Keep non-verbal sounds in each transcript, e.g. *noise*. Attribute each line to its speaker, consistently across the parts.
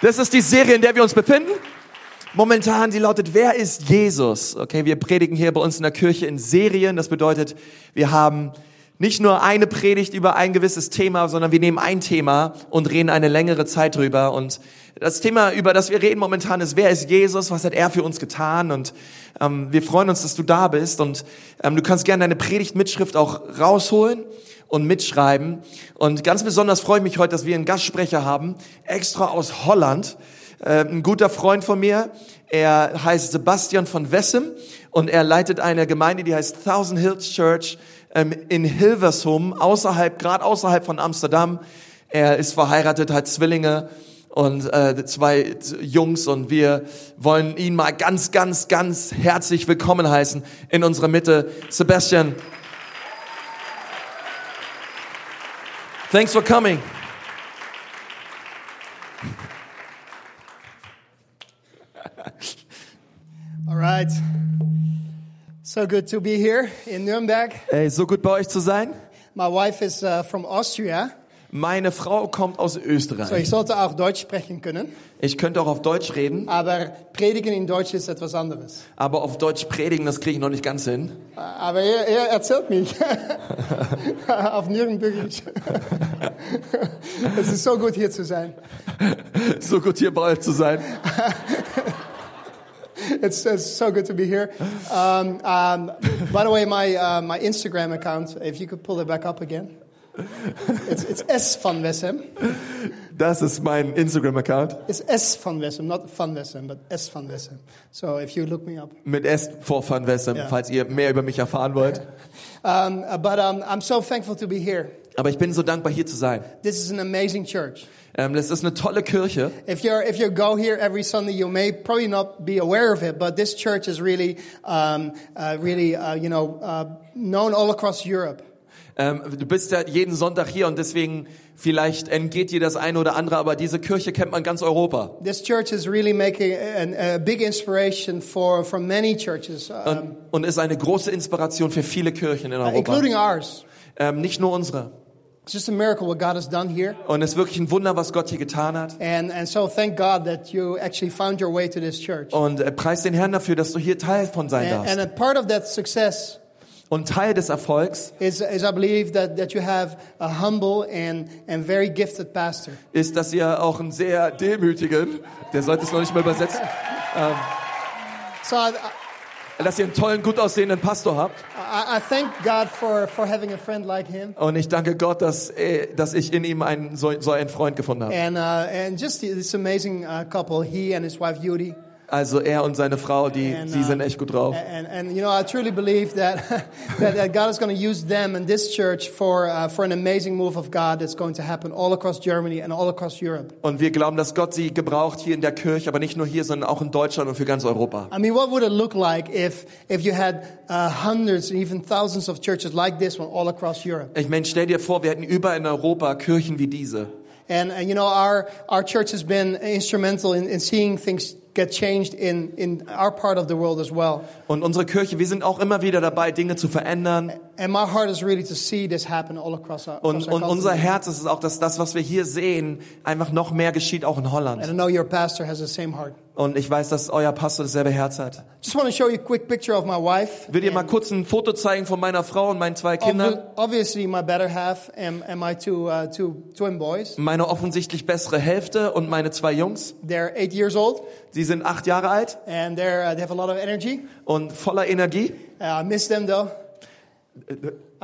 Speaker 1: Das ist die Serie, in der wir uns befinden. Momentan, die lautet, wer ist Jesus? Okay, wir predigen hier bei uns in der Kirche in Serien. Das bedeutet, wir haben nicht nur eine Predigt über ein gewisses Thema, sondern wir nehmen ein Thema und reden eine längere Zeit drüber. Und das Thema, über das wir reden momentan, ist, wer ist Jesus? Was hat er für uns getan? Und ähm, wir freuen uns, dass du da bist. Und ähm, du kannst gerne deine Predigtmitschrift auch rausholen und mitschreiben. Und ganz besonders freue ich mich heute, dass wir einen Gastsprecher haben, extra aus Holland. Äh, ein guter Freund von mir, er heißt Sebastian von Wessem und er leitet eine Gemeinde, die heißt Thousand Hills Church ähm, in Hilversum, außerhalb, gerade außerhalb von Amsterdam. Er ist verheiratet, hat Zwillinge und äh, zwei Jungs und wir wollen ihn mal ganz, ganz, ganz herzlich willkommen heißen in unserer Mitte. Sebastian, thanks for coming.
Speaker 2: All right. So good to be here in Nuremberg.
Speaker 1: Ey, so gut bei euch zu sein.
Speaker 2: My wife is uh, from Austria,
Speaker 1: Meine Frau kommt aus
Speaker 2: so ich
Speaker 1: Österreich.
Speaker 2: sollte auch Deutsch sprechen können.
Speaker 1: Ich könnte auch auf Deutsch reden,
Speaker 2: Aber predigen in Deutsch ist etwas anderes.
Speaker 1: aber auf Deutsch predigen, das kriege ich noch nicht ganz hin. *laughs*
Speaker 2: Aber er, er erzählt mich *laughs* auf Nürnbergisch. *laughs* es ist so gut hier zu sein.
Speaker 1: So gut hier bei euch zu sein.
Speaker 2: It's, it's so good to be here. Um, um, by the way, my uh, my Instagram account, if you could pull it back up again, it's, it's S van Wessem.
Speaker 1: Das ist mein Instagram-Account
Speaker 2: It's S van Wessem, not van Wessem, but S van Wessem. So if you look me up.
Speaker 1: mit S vor Van Wessem,
Speaker 2: Ja.
Speaker 1: falls ihr mehr über mich erfahren wollt.
Speaker 2: Um, uh, but um, I'm so thankful to be here.
Speaker 1: Aber ich bin so dankbar, hier zu sein.
Speaker 2: This is an amazing church.
Speaker 1: Ähm, das ist eine tolle Kirche.
Speaker 2: If you're if you go here every Sunday, you may probably not be aware of it, but this church is really, um, uh, really, uh, you know, uh, known all across Europe.
Speaker 1: Ähm, du bist ja jeden Sonntag hier und deswegen vielleicht entgeht dir das eine oder andere, aber diese Kirche kennt man ganz Europa.
Speaker 2: This church is really making an, a big inspiration for for many churches, uh,
Speaker 1: Und, und ist eine große Inspiration für viele Kirchen in Europa.
Speaker 2: including ours.
Speaker 1: Ähm, nicht nur unsere.
Speaker 2: It's just a miracle what God has done here,
Speaker 1: Und es ist wirklich ein Wunder, was Gott hier getan hat.
Speaker 2: and and so thank God that you actually found your way to this church.
Speaker 1: Und äh, preis den Herrn dafür, dass du hier Teil von sein
Speaker 2: And, and
Speaker 1: darfst.
Speaker 2: a part of that success
Speaker 1: Und Teil des Erfolgs
Speaker 2: is, is I believe that, that you have a humble and, and very gifted pastor.
Speaker 1: ist, dass ihr auch einen sehr demütigen, der sollte es noch nicht mal übersetzen,
Speaker 2: So I,
Speaker 1: dass ihr einen tollen, gut aussehenden Pastor habt.
Speaker 2: I, I thank God for, for having a friend like him.
Speaker 1: Und ich danke Gott, dass, äh, dass ich in ihm einen, so, so einen Freund gefunden habe.
Speaker 2: And, uh, and just this amazing uh, couple, he and his wife Yuri.
Speaker 1: Also er und seine Frau, die,
Speaker 2: And,
Speaker 1: die
Speaker 2: uh,
Speaker 1: sind echt gut drauf.
Speaker 2: And, and you know, I truly believe that, *laughs* that, that God is going to use them and this church for, uh, for an amazing move of God that's going to happen all across Germany and all across Europe.
Speaker 1: Und wir glauben, dass Gott sie gebraucht hier in der Kirche, aber nicht nur hier, sondern auch in Deutschland und für ganz Europa.
Speaker 2: I mean, what would it look like if, if you had uh, hundreds and even thousands of churches like this one all across Europe?
Speaker 1: Ich meine, stell dir vor, wir hätten überall in Europa Kirchen wie diese.
Speaker 2: And, uh, you know, our, our church has been instrumental in, in seeing things get changed in, in our part of the world as well.
Speaker 1: Und unsere Kirche, wir sind auch immer wieder dabei, Dinge zu verändern.
Speaker 2: And my heart is really to see this happen all across our,
Speaker 1: Und,
Speaker 2: across our
Speaker 1: und unser
Speaker 2: continent.
Speaker 1: Herz ist es auch, dass das, was wir hier sehen, einfach noch mehr geschieht, auch in
Speaker 2: And
Speaker 1: Holland.
Speaker 2: I know your pastor has the same heart.
Speaker 1: Und ich weiß, dass euer Pastor dasselbe Herz hat.
Speaker 2: Just want to show you a quick picture of my wife.
Speaker 1: Ich will dir mal kurz ein Foto zeigen von meiner Frau und meinen zwei Kindern.
Speaker 2: Obvi- obviously, my better half and, and my two, uh, two twin boys.
Speaker 1: Meine offensichtlich bessere Hälfte und meine zwei Jungs.
Speaker 2: They're eight years old
Speaker 1: Sie sind acht Jahre alt
Speaker 2: and they're, uh, they have a lot of energy.
Speaker 1: und voller Energie.
Speaker 2: Uh, I miss them though.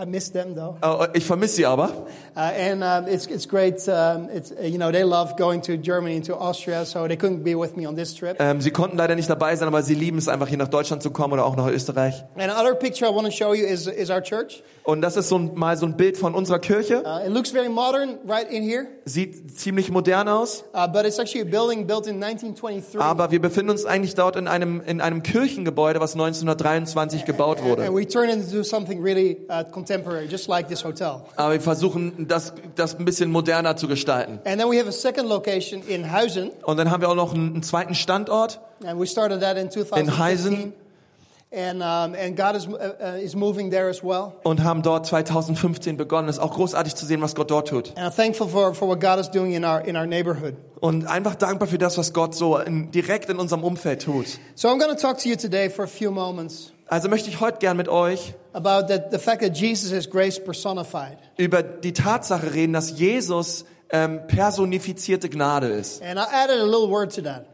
Speaker 2: I miss them though.
Speaker 1: Äh, Ich vermisse sie aber.
Speaker 2: Uh, and um, it's, it's great. Um, it's, uh, you know, they love going to Germany and to Austria, so they couldn't be with me on this trip.
Speaker 1: Ähm, Sie konnten leider nicht dabei sein, aber sie lieben es einfach, hier nach Deutschland zu kommen oder auch nach Österreich.
Speaker 2: And another picture I want to show you is, is our church.
Speaker 1: Und das ist so ein, mal so ein Bild von unserer Kirche.
Speaker 2: Uh, it looks very modern right in here.
Speaker 1: Sieht ziemlich modern aus,
Speaker 2: Uh, but it's actually a building built in 1923.
Speaker 1: aber wir befinden uns eigentlich dort in einem, in einem Kirchengebäude, was 1923 gebaut
Speaker 2: and
Speaker 1: wurde.
Speaker 2: we turn it into something really uh, contemporary, just like this hotel.
Speaker 1: Aber wir versuchen, das, das ein bisschen moderner zu gestalten.
Speaker 2: And then we have a second location in Huizen,
Speaker 1: Und dann haben wir auch noch einen, einen zweiten Standort
Speaker 2: and we started that in
Speaker 1: in
Speaker 2: 2015.
Speaker 1: Heisen.
Speaker 2: and um, and God is uh, uh, is moving there as well.
Speaker 1: und haben dort 2015 begonnen. Es ist auch großartig zu sehen, was Gott dort tut.
Speaker 2: And I'm thankful for for what God is doing in our in our neighborhood.
Speaker 1: Und einfach dankbar für das, was Gott so in, direkt in unserem Umfeld tut.
Speaker 2: So I'm going to talk to you today for a few moments
Speaker 1: Also möchte ich heute gern mit euch
Speaker 2: about the, the fact that Jesus is grace personified.
Speaker 1: über die Tatsache reden, dass Jesus ähm, personifizierte Gnade ist.
Speaker 2: And I added a little word to that.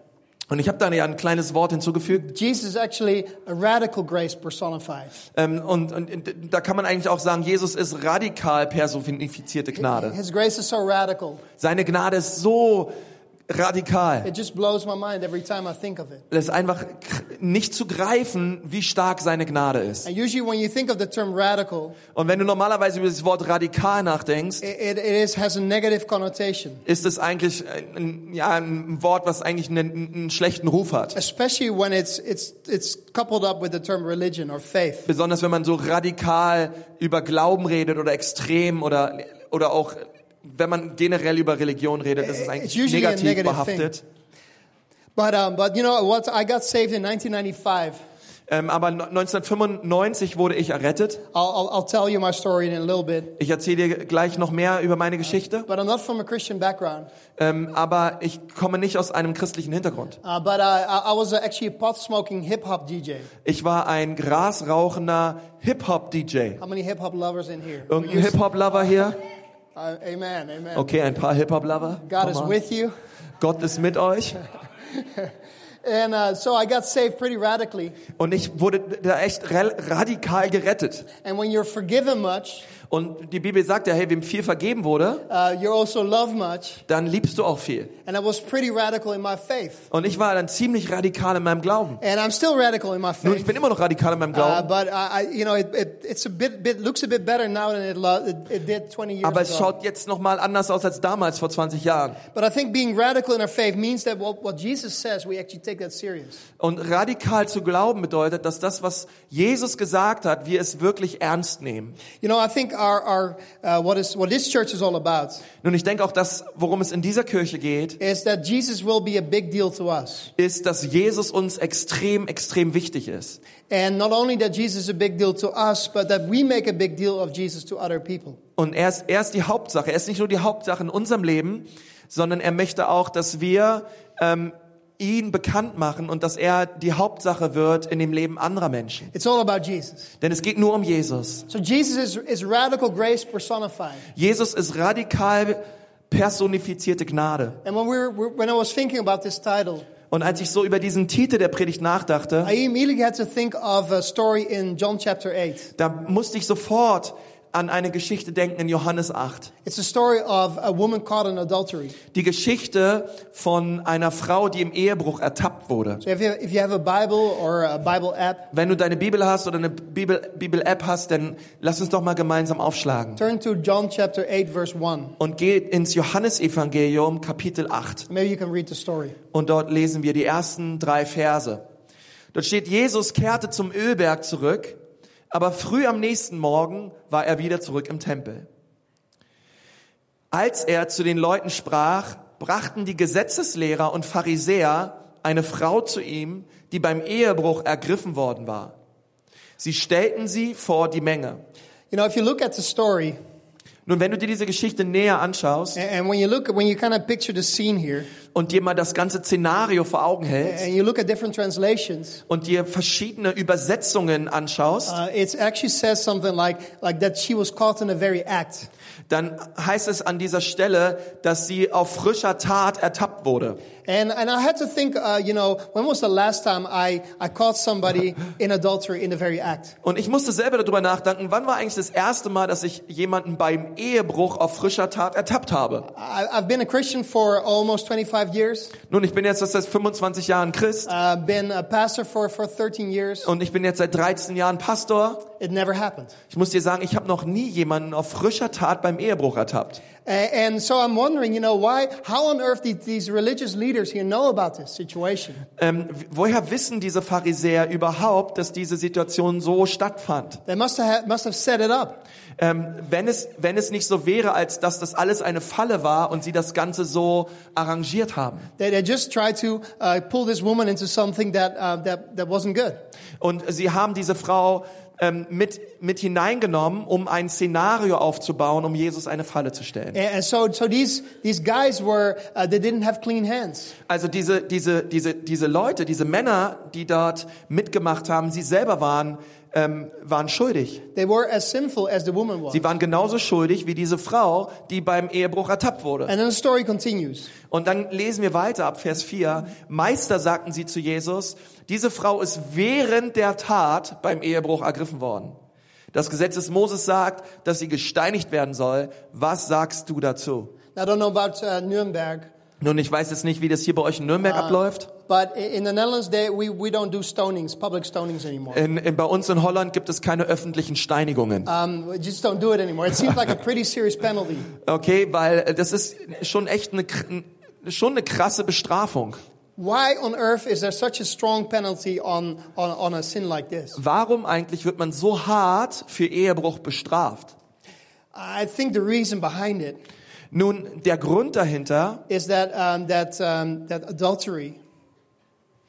Speaker 1: Und ich habe da ja ein kleines Wort hinzugefügt.
Speaker 2: Jesus is actually a radical grace personified.
Speaker 1: Ähm, und, und da kann man eigentlich auch sagen, Jesus ist radikal personifizierte Gnade.
Speaker 2: His grace is so radical.
Speaker 1: Seine Gnade ist so radikal.
Speaker 2: It just blows my mind every time I think of it.
Speaker 1: Es ist einfach kr- nicht zu greifen, wie stark seine Gnade ist.
Speaker 2: And usually when you think of the term radical,
Speaker 1: Und wenn du normalerweise über das Wort radikal nachdenkst,
Speaker 2: it, it is, has a negative connotation,
Speaker 1: ist es eigentlich ein, ein- ja, ein Wort, was eigentlich einen, einen schlechten Ruf hat.
Speaker 2: especially when it's, it's, it's coupled up with the term religion or faith.
Speaker 1: Besonders wenn man so radikal über Glauben redet oder extrem oder, oder auch, wenn man generell über Religion redet, ist es
Speaker 2: It's
Speaker 1: eigentlich
Speaker 2: usually a
Speaker 1: negativ
Speaker 2: negative
Speaker 1: behaftet.
Speaker 2: But, um, but you know what? I got saved in 1995.
Speaker 1: Ähm, aber no- 1995 wurde ich errettet.
Speaker 2: I'll, I'll, I'll tell you my story in a little bit.
Speaker 1: Ich erzähle dir gleich noch mehr über meine Geschichte.
Speaker 2: But I'm not from a Christian background.
Speaker 1: Ähm, aber ich komme nicht aus einem christlichen Hintergrund.
Speaker 2: Uh, but I, I I was actually a pot smoking hip hop DJ.
Speaker 1: Ich war ein grasrauchender Hip-Hop-DJ.
Speaker 2: How many hip hop lovers in here?
Speaker 1: Irgendein Hip-Hop-Lover hier?
Speaker 2: Uh, amen, amen.
Speaker 1: Okay, ein paar Hip-Hop-Lover.
Speaker 2: God
Speaker 1: Komm
Speaker 2: is
Speaker 1: mal.
Speaker 2: with you.
Speaker 1: Gott ist mit euch.
Speaker 2: And uh, so I got saved pretty radically.
Speaker 1: Und ich wurde da echt rel- radikal gerettet.
Speaker 2: And when you're forgiven much,
Speaker 1: Und die Bibel sagt ja, hey, wem viel vergeben wurde,
Speaker 2: uh, you're also loved much.
Speaker 1: dann liebst du auch viel.
Speaker 2: And I was pretty radical in my faith.
Speaker 1: Und ich war dann ziemlich radikal in meinem Glauben.
Speaker 2: And I'm still radical in my
Speaker 1: Nun, ich
Speaker 2: faith.
Speaker 1: bin immer noch radikal in meinem
Speaker 2: Uh,
Speaker 1: Glauben.
Speaker 2: but I, I, you know, it, it, it's a bit, bit looks a bit better now than it, lo- it, it did 20 years
Speaker 1: Aber es
Speaker 2: ago.
Speaker 1: schaut jetzt nochmal anders aus als damals vor 20 Jahren.
Speaker 2: But I think being radical in our faith means that what, what Jesus says, we actually take that serious.
Speaker 1: Und radikal zu glauben bedeutet, dass das, was Jesus gesagt hat, wir es wirklich ernst nehmen.
Speaker 2: You know, I think our, our uh, what is what this church is all about
Speaker 1: Nun, ich denke auch das, worum es in dieser Kirche geht,
Speaker 2: is that Jesus will be a big deal to us,
Speaker 1: ist, dass Jesus uns extrem, extrem wichtig ist.
Speaker 2: and not only that Jesus is a big deal to us, but that we make a big deal of Jesus to other people.
Speaker 1: Und er ist, er ist die Hauptsache. Er ist nicht nur die Hauptsache in unserem Leben, sondern er möchte auch, dass wir ähm, ihn bekannt machen und dass er die Hauptsache wird in dem Leben anderer Menschen.
Speaker 2: It's all about Jesus.
Speaker 1: Denn es geht nur um Jesus.
Speaker 2: So Jesus is, is radical grace personified.
Speaker 1: Jesus ist radikal personifizierte Gnade.
Speaker 2: And when we were, when I was thinking about this title,
Speaker 1: Und als ich so über diesen Titel der Predigt nachdachte,
Speaker 2: I immediately had to think of a story in John chapter 8.
Speaker 1: da musste ich sofort an eine Geschichte denken in Johannes 8.
Speaker 2: It's a story of a woman caught in adultery.
Speaker 1: Die Geschichte von einer Frau, die im Ehebruch ertappt wurde.
Speaker 2: So if you, if you have a Bible or a Bible app,
Speaker 1: Wenn du deine Bibel hast oder eine Bibel- Bibel-App hast, dann lass uns doch mal gemeinsam aufschlagen.
Speaker 2: turn to John chapter 8 verse 1.
Speaker 1: Und geh ins Johannesevangelium Kapitel 8.
Speaker 2: Maybe you can read the story.
Speaker 1: Und dort lesen wir die ersten drei Verse. Dort steht, Jesus kehrte zum Ölberg zurück, aber früh am nächsten Morgen war er wieder zurück im Tempel. Als er zu den Leuten sprach, brachten die Gesetzeslehrer und Pharisäer eine Frau zu ihm, die beim Ehebruch ergriffen worden war. Sie stellten sie vor die Menge.
Speaker 2: You know, if you look at the story
Speaker 1: Nun, wenn du dir diese Geschichte näher anschaust
Speaker 2: and- and when you look when you kind of picture the scene here
Speaker 1: und dir mal das ganze Szenario vor Augen hältst
Speaker 2: and you look at different translations,
Speaker 1: und dir verschiedene Übersetzungen anschaust,
Speaker 2: uh, it actually says something like like that she was caught in the very act.
Speaker 1: dann heißt es an dieser Stelle, dass sie auf frischer Tat ertappt wurde.
Speaker 2: And, and I had to think, uh, you know, when was the last time I, I caught somebody in adultery in the very act?
Speaker 1: Und ich musste selber darüber nachdenken, wann war eigentlich das erste Mal, dass ich jemanden beim Ehebruch auf frischer Tat ertappt habe?
Speaker 2: I, I've been a Christian for almost 25 years,
Speaker 1: Nun, ich bin jetzt seit 25 Jahren Christ
Speaker 2: uh, been a pastor for, for 13 years,
Speaker 1: und ich bin jetzt seit 13 Jahren Pastor
Speaker 2: it never happened.
Speaker 1: Ich muss dir sagen, ich habe noch nie jemanden auf frischer Tat beim Ehebruch ertappt.
Speaker 2: A- And so I'm wondering, you know, why, how on earth did these religious leaders here know about this situation?
Speaker 1: Ähm, w- woher wissen diese Pharisäer überhaupt, dass diese Situation so stattfand?
Speaker 2: They must have, must have set it up.
Speaker 1: Ähm, wenn, es, wenn es nicht so wäre, als dass das alles eine Falle war und sie das Ganze so arrangiert haben.
Speaker 2: They, they just tried to uh, pull this woman into something that, uh, that, that wasn't good.
Speaker 1: Und sie haben diese Frau ähm, mit, mit hineingenommen, um ein Szenario aufzubauen, um Jesus eine Falle zu stellen.
Speaker 2: And and so, so these, these guys were, uh, they didn't have clean hands.
Speaker 1: Also diese, diese, diese, diese Leute, diese Männer, die dort mitgemacht haben, sie selber waren, ähm, waren schuldig.
Speaker 2: They were as sinful as the woman was.
Speaker 1: Sie waren genauso schuldig wie diese Frau, die beim Ehebruch ertappt wurde.
Speaker 2: And then the story continues.
Speaker 1: Und dann lesen wir weiter ab Vers 4. Meister sagten sie zu Jesus, diese Frau ist während der Tat beim Ehebruch ergriffen worden. Das Gesetz des Moses sagt, dass sie gesteinigt werden soll. Was sagst du dazu?
Speaker 2: Now, I don't know about uh, Nuremberg,
Speaker 1: Nun, ich weiß jetzt nicht, wie das hier bei euch in Nürnberg abläuft.
Speaker 2: but i- in the Netherlands, they, we, we don't do stonings, public stonings anymore.
Speaker 1: In, in, bei uns in Holland gibt es keine öffentlichen Steinigungen.
Speaker 2: Um, we just don't do it anymore. It seems like a pretty serious penalty.
Speaker 1: Okay, weil äh, das ist schon echt eine, kr- n- schon eine krasse Bestrafung.
Speaker 2: Why on earth is there such a strong penalty on, on, on a sin like this?
Speaker 1: Warum eigentlich wird man so hart für Ehebruch bestraft?
Speaker 2: I think the reason behind it
Speaker 1: Nun, der Grund dahinter
Speaker 2: is that, um, that, um, that adultery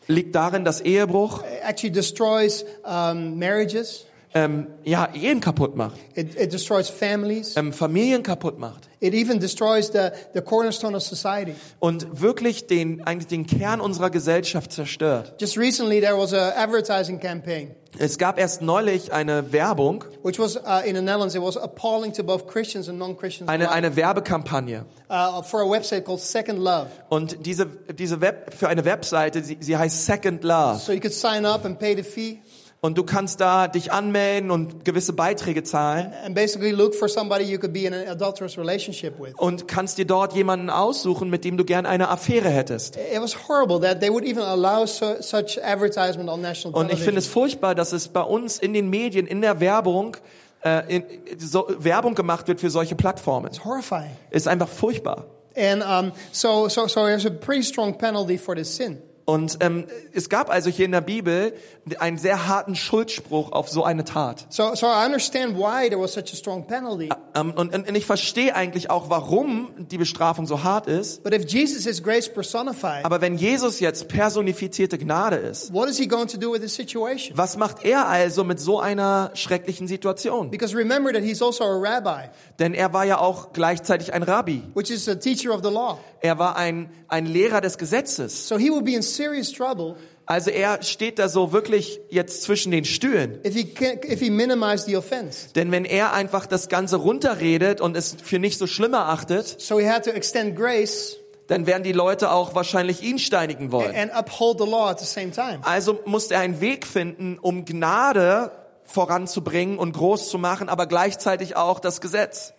Speaker 1: liegt darin, dass Ehebruch
Speaker 2: actually destroys um, marriages,
Speaker 1: ähm, ja Ehen kaputt macht,
Speaker 2: it, it destroys families,
Speaker 1: ähm, Familien kaputt macht
Speaker 2: it even destroys the, the cornerstone of society.
Speaker 1: und wirklich den eigentlich den Kern unserer Gesellschaft zerstört.
Speaker 2: Just recently, there was an advertising campaign.
Speaker 1: Es gab erst neulich eine Werbung,
Speaker 2: Which was uh, in the Netherlands, it was appalling to both Christians and non-Christians
Speaker 1: eine
Speaker 2: alike,
Speaker 1: eine Werbekampagne
Speaker 2: uh, for a website called Second Love.
Speaker 1: und diese diese Web für eine Webseite, sie, sie heißt Second Love.
Speaker 2: So you could sign up and pay the fee
Speaker 1: Und du kannst da dich anmelden und gewisse Beiträge zahlen
Speaker 2: and basically look for somebody you could be in an adulterous relationship with.
Speaker 1: und kannst dir dort jemanden aussuchen, mit dem du gern eine Affäre hättest.
Speaker 2: It was horrible that they would even allow so, such advertisement on national
Speaker 1: Und ich
Speaker 2: television.
Speaker 1: finde es furchtbar, dass es bei uns in den Medien, in der Werbung, äh, in, so, Werbung gemacht wird für solche Plattformen.
Speaker 2: it's horrifying.
Speaker 1: Ist einfach furchtbar.
Speaker 2: And um, so, so, so there's a pretty strong penalty for this sin.
Speaker 1: Und ähm, es gab also hier in der Bibel einen sehr harten Schuldspruch auf so eine Tat.
Speaker 2: So, so I understand why there was such a strong penalty.
Speaker 1: Ähm, und, und, und ich verstehe eigentlich auch, warum die Bestrafung so hart ist.
Speaker 2: But if Jesus is grace personified,
Speaker 1: Aber wenn Jesus jetzt personifizierte Gnade ist,
Speaker 2: what is he going to do with this situation?
Speaker 1: Was macht er also mit so einer schrecklichen Situation?
Speaker 2: Because remember that he's also a rabbi.
Speaker 1: Denn er war ja auch gleichzeitig ein Rabbi.
Speaker 2: which is a teacher of the law.
Speaker 1: Er war ein, ein Lehrer des Gesetzes.
Speaker 2: So he would be in serious trouble
Speaker 1: Also er steht da so wirklich jetzt zwischen den Stühlen.
Speaker 2: if he can, if he minimized the offense.
Speaker 1: Denn wenn er einfach das Ganze runterredet und es für nicht so schlimm erachtet,
Speaker 2: So he had to extend grace
Speaker 1: dann werden die Leute auch wahrscheinlich ihn steinigen wollen.
Speaker 2: and uphold the law at the same time.
Speaker 1: Also musste er einen Weg finden, um Gnade voranzubringen und groß zu machen, aber gleichzeitig auch das Gesetz.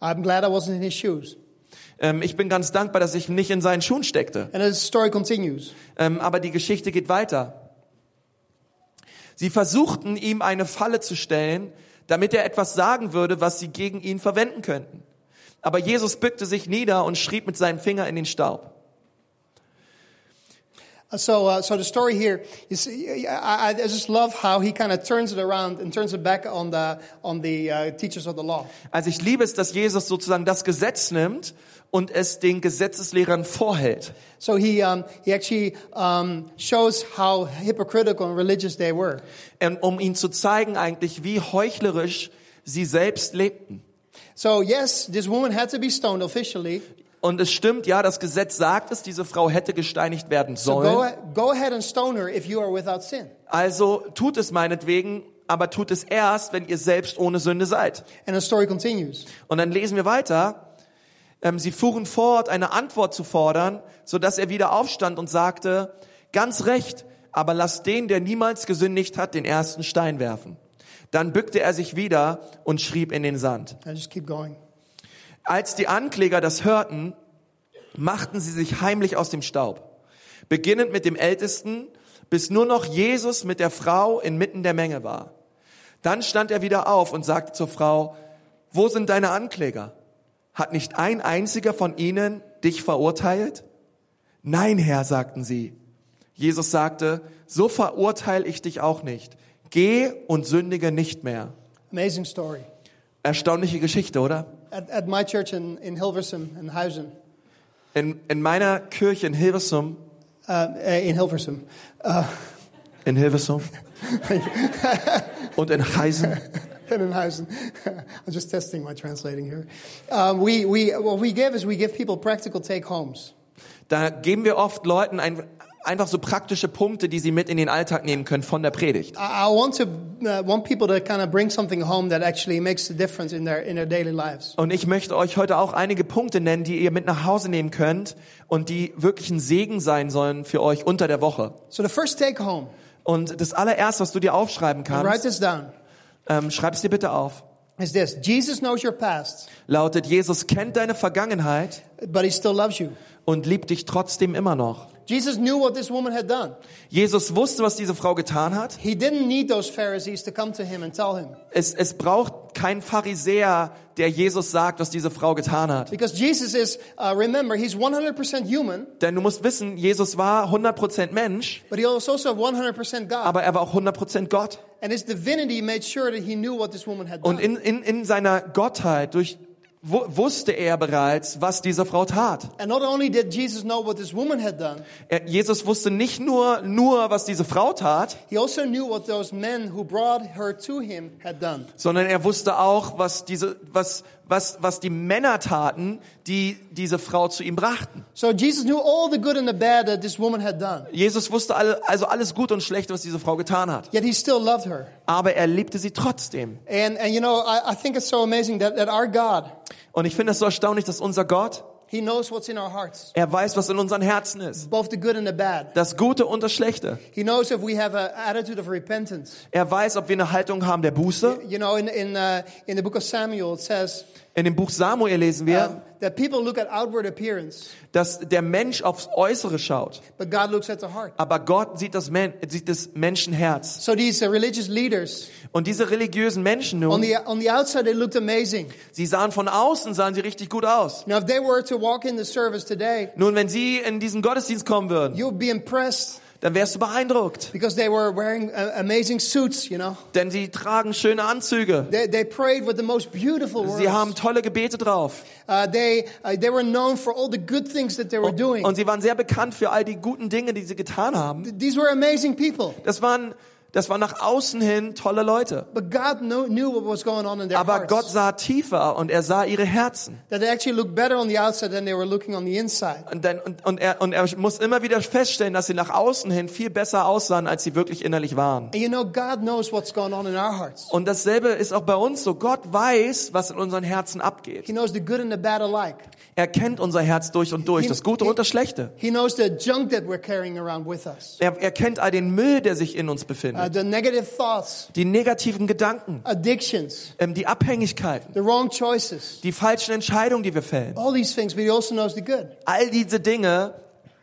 Speaker 2: I'm glad I wasn't in his shoes.
Speaker 1: Ähm, ich bin ganz dankbar, dass ich nicht in seinen Schuhen steckte.
Speaker 2: And the story continues.
Speaker 1: Ähm, aber die Geschichte geht weiter. Sie versuchten, ihm eine Falle zu stellen, damit er etwas sagen würde, was sie gegen ihn verwenden könnten. Aber Jesus bückte sich nieder und schrieb mit seinem Finger in den Staub.
Speaker 2: Uh, So, uh, so the story here, you see, I, I I just love how he kind of turns it around and turns it back on the on the uh, teachers of the law.
Speaker 1: Also ich liebe es, dass Jesus sozusagen das Gesetz nimmt und es den Gesetzeslehrern vorhält.
Speaker 2: So he um, he actually um, shows how hypocritical and religious they were.
Speaker 1: Ähm, um ihnen zu zeigen eigentlich, wie heuchlerisch sie selbst lebten.
Speaker 2: So yes, this woman had to be stoned officially.
Speaker 1: Und es stimmt, ja, das Gesetz sagt es, diese Frau hätte gesteinigt werden
Speaker 2: So
Speaker 1: sollen.
Speaker 2: go, go ahead and stone her if you are without sin.
Speaker 1: Also tut es meinetwegen, aber tut es erst, wenn ihr selbst ohne Sünde seid.
Speaker 2: And the story continues.
Speaker 1: Und dann lesen wir weiter. Ähm, sie fuhren fort, eine Antwort zu fordern, so dass er wieder aufstand und sagte, ganz recht, aber lasst den, der niemals gesündigt hat, den ersten Stein werfen. Dann bückte er sich wieder und schrieb in den Sand.
Speaker 2: I just keep going.
Speaker 1: Als die Ankläger das hörten, machten sie sich heimlich aus dem Staub, beginnend mit dem Ältesten, bis nur noch Jesus mit der Frau inmitten der Menge war. Dann stand er wieder auf und sagte zur Frau, wo sind deine Ankläger? Hat nicht ein einziger von ihnen dich verurteilt? Nein, Herr, sagten sie. Jesus sagte, so verurteile ich dich auch nicht. Geh und sündige nicht mehr.
Speaker 2: Amazing story.
Speaker 1: Erstaunliche Geschichte, oder?
Speaker 2: At, at my church in, in Hilversum, in Huizen,
Speaker 1: In, in meiner Kirche in Hilversum,
Speaker 2: uh, eh, in Hilversum, *laughs*
Speaker 1: in Hilversum und in Heisen,
Speaker 2: and in Huizen, *laughs* I'm just testing my translating here. Um, we, we, what we give is we give people practical take homes.
Speaker 1: da geben wir oft Leuten ein, einfach so praktische Punkte, die sie mit in den Alltag nehmen können von der Predigt.
Speaker 2: I, I want to uh, want people to kind of bring something home that actually makes a difference in their in their daily lives.
Speaker 1: Und ich möchte euch heute auch einige Punkte nennen, die ihr mit nach Hause nehmen könnt und die wirklich ein Segen sein sollen für euch unter der Woche.
Speaker 2: So the first take home,
Speaker 1: Und das allererste, was du dir aufschreiben
Speaker 2: write
Speaker 1: kannst,
Speaker 2: this down,
Speaker 1: ähm, schreib es dir bitte auf,
Speaker 2: is this: Jesus knows your past,
Speaker 1: lautet, Jesus kennt deine Vergangenheit
Speaker 2: but he still loves you.
Speaker 1: und liebt dich trotzdem immer noch.
Speaker 2: Jesus knew what this woman had done.
Speaker 1: Jesus wusste, was diese Frau getan hat.
Speaker 2: He didn't need those Pharisees to come to him and tell him
Speaker 1: Es, es braucht kein Pharisäer, der Jesus sagt, was diese Frau getan hat.
Speaker 2: because Jesus is. Uh, remember, he's 100% human,
Speaker 1: Denn du musst wissen, Jesus war 100% Mensch,
Speaker 2: but he was also 100% God.
Speaker 1: aber er war auch 100% Gott.
Speaker 2: And his divinity made sure that he knew what this woman had done.
Speaker 1: Und in, in, in seiner Gottheit durch, wu- wusste er bereits, was diese Frau tat.
Speaker 2: and not only did Jesus know what this woman had done,
Speaker 1: Er, Jesus wusste nicht nur, nur, was diese Frau tat,
Speaker 2: he also knew what those men who brought her to him had done.
Speaker 1: sondern er wusste auch, was diese, was, was, was die Männer taten, die diese Frau zu ihm brachten.
Speaker 2: So Jesus knew all the good and the bad that this woman had done.
Speaker 1: Jesus wusste alle, also alles Gute und Schlechte, was diese Frau getan hat.
Speaker 2: Yet he still loved her.
Speaker 1: Aber er liebte sie trotzdem.
Speaker 2: And, and you know, I, I think it's so amazing that, that our God,
Speaker 1: Und ich finde es so erstaunlich, dass unser Gott,
Speaker 2: he knows what's in our hearts,
Speaker 1: er weiß, was in unseren Herzen ist.
Speaker 2: both the good and the bad.
Speaker 1: Das Gute und das Schlechte.
Speaker 2: He knows if we have an attitude of repentance.
Speaker 1: Er weiß, ob wir eine Haltung haben der Buße.
Speaker 2: You know, in, in, uh, in the book of Samuel, it says
Speaker 1: In dem Buch Samuel lesen wir,
Speaker 2: um, that people look at outward appearance,
Speaker 1: dass der Mensch aufs Äußere schaut,
Speaker 2: but God looks at the heart.
Speaker 1: aber Gott sieht das, Men sieht das Menschenherz.
Speaker 2: So these uh, religious leaders,
Speaker 1: Und diese religiösen Menschen
Speaker 2: on
Speaker 1: nun,
Speaker 2: the, on the outside, they looked amazing.
Speaker 1: sie sahen von außen, sahen sie richtig gut aus.
Speaker 2: Now, if they were to walk in the service today,
Speaker 1: Nun, wenn sie in diesen Gottesdienst kommen würden,
Speaker 2: you would be impressed
Speaker 1: dann wärst du beeindruckt,
Speaker 2: because they were wearing uh, amazing suits, you know.
Speaker 1: denn sie tragen schöne Anzüge.
Speaker 2: They, they prayed with the most beautiful words.
Speaker 1: Sie haben tolle Gebete drauf
Speaker 2: Uh, they, uh, they were known for all the good things that they were doing.
Speaker 1: und sie waren sehr bekannt für all die guten Dinge, die sie getan haben.
Speaker 2: These were amazing people.
Speaker 1: Das waren, das waren nach außen hin tolle Leute.
Speaker 2: But God knew, knew what was going on in their
Speaker 1: Aber
Speaker 2: hearts.
Speaker 1: Gott sah tiefer und er sah ihre Herzen.
Speaker 2: that they actually looked better on the outside than they were looking on the inside.
Speaker 1: Und, dann, und, und, er, und er muss immer wieder feststellen, dass sie nach außen hin viel besser aussahen, als sie wirklich innerlich waren.
Speaker 2: And you know, God knows what's going on in our hearts.
Speaker 1: Und dasselbe ist auch bei uns so. Gott weiß, was in unseren Herzen
Speaker 2: He
Speaker 1: abgeht.
Speaker 2: knows the good and the bad alike.
Speaker 1: Er kennt unser Herz durch und durch, das Gute und das Schlechte.
Speaker 2: He knows the junk that we're carrying around with us,
Speaker 1: Er, er kennt all den Müll, der sich in uns
Speaker 2: uh,
Speaker 1: befindet.
Speaker 2: the negative thoughts,
Speaker 1: Die negativen Gedanken,
Speaker 2: addictions,
Speaker 1: ähm, die Abhängigkeiten,
Speaker 2: the wrong choices.
Speaker 1: die falschen Entscheidungen, die wir fällen.
Speaker 2: All these things, but He also knows the good.
Speaker 1: All diese Dinge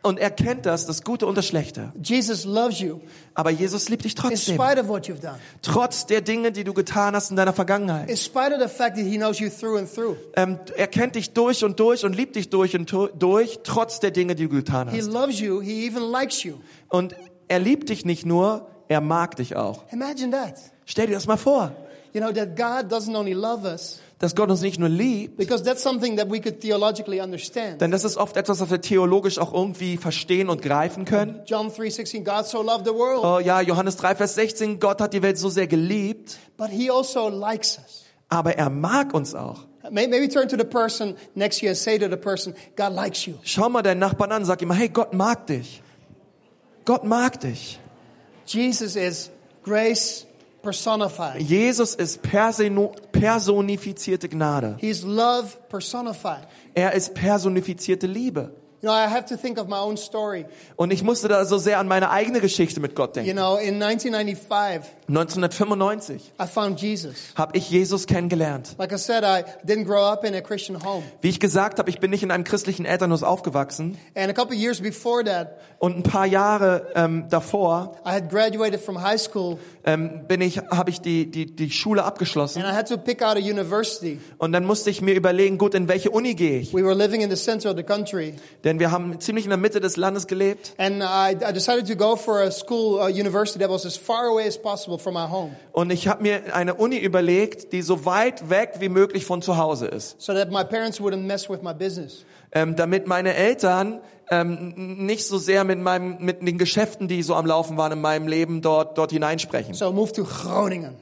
Speaker 1: und er kennt das, das Gute und das Schlechte.
Speaker 2: Jesus loves you
Speaker 1: Aber Jesus liebt dich
Speaker 2: in
Speaker 1: trotzdem.
Speaker 2: spite of what you've done,
Speaker 1: Trotz der Dinge, die du getan hast in deiner Vergangenheit.
Speaker 2: in spite of the fact that He knows you through and through.
Speaker 1: Ähm, er kennt dich durch und durch und liebt dich durch und tu- durch, trotz der Dinge, die du getan
Speaker 2: He
Speaker 1: hast.
Speaker 2: loves you. He even likes you.
Speaker 1: Und er liebt dich nicht nur, er mag dich auch.
Speaker 2: Imagine that.
Speaker 1: Stell dir das mal vor,
Speaker 2: You know, that God doesn't only love us,
Speaker 1: dass Gott uns nicht nur liebt,
Speaker 2: because that's something that we could theologically understand.
Speaker 1: denn das ist oft etwas, was wir theologisch auch irgendwie verstehen und greifen können.
Speaker 2: John 3.16, God so loved the world,
Speaker 1: Oh ja, Johannes 3, Vers 16, Gott hat die Welt so sehr geliebt,
Speaker 2: but he also likes us.
Speaker 1: aber er mag uns auch.
Speaker 2: May- Maybe turn to the person next to you and say to the person, God likes you.
Speaker 1: Schau mal deinen Nachbarn an, sag ihm, hey, Gott mag dich. Gott mag dich.
Speaker 2: Jesus is grace personified.
Speaker 1: Jesus ist perseno- personifizierte Gnade.
Speaker 2: He's love personified.
Speaker 1: Er ist personifizierte Liebe.
Speaker 2: You know, I have to think of my own story.
Speaker 1: Und ich musste da so sehr an meine eigene Geschichte mit Gott
Speaker 2: You
Speaker 1: denken.
Speaker 2: know, in 1995,
Speaker 1: 1995
Speaker 2: I found Jesus.
Speaker 1: habe ich Jesus kennengelernt.
Speaker 2: Like I said, I didn't grow up in a Christian home.
Speaker 1: Wie ich gesagt habe, ich bin nicht in einem christlichen Elternhaus aufgewachsen.
Speaker 2: And a couple years before that,
Speaker 1: Und ein paar Jahre ähm, davor
Speaker 2: I had graduated from high school
Speaker 1: ähm, bin ich, habe ich die, die, die Schule
Speaker 2: and
Speaker 1: abgeschlossen
Speaker 2: I had to pick out a university.
Speaker 1: und dann musste ich mir überlegen, gut, in welche Uni gehe ich?
Speaker 2: We were living in the center of the country,
Speaker 1: Denn wir haben ziemlich in der Mitte des Landes gelebt
Speaker 2: and I, I decided to go for a school, a university that was as far away as possible from my home,
Speaker 1: und ich habe mir eine Uni überlegt, die so weit weg wie möglich von zu Hause ist,
Speaker 2: so that my parents wouldn't mess with my business.
Speaker 1: ähm, damit meine Eltern ähm, nicht so sehr mit meinem mit den Geschäften, die so am Laufen waren in meinem Leben dort dort hineinsprechen.
Speaker 2: So I moved to Groningen.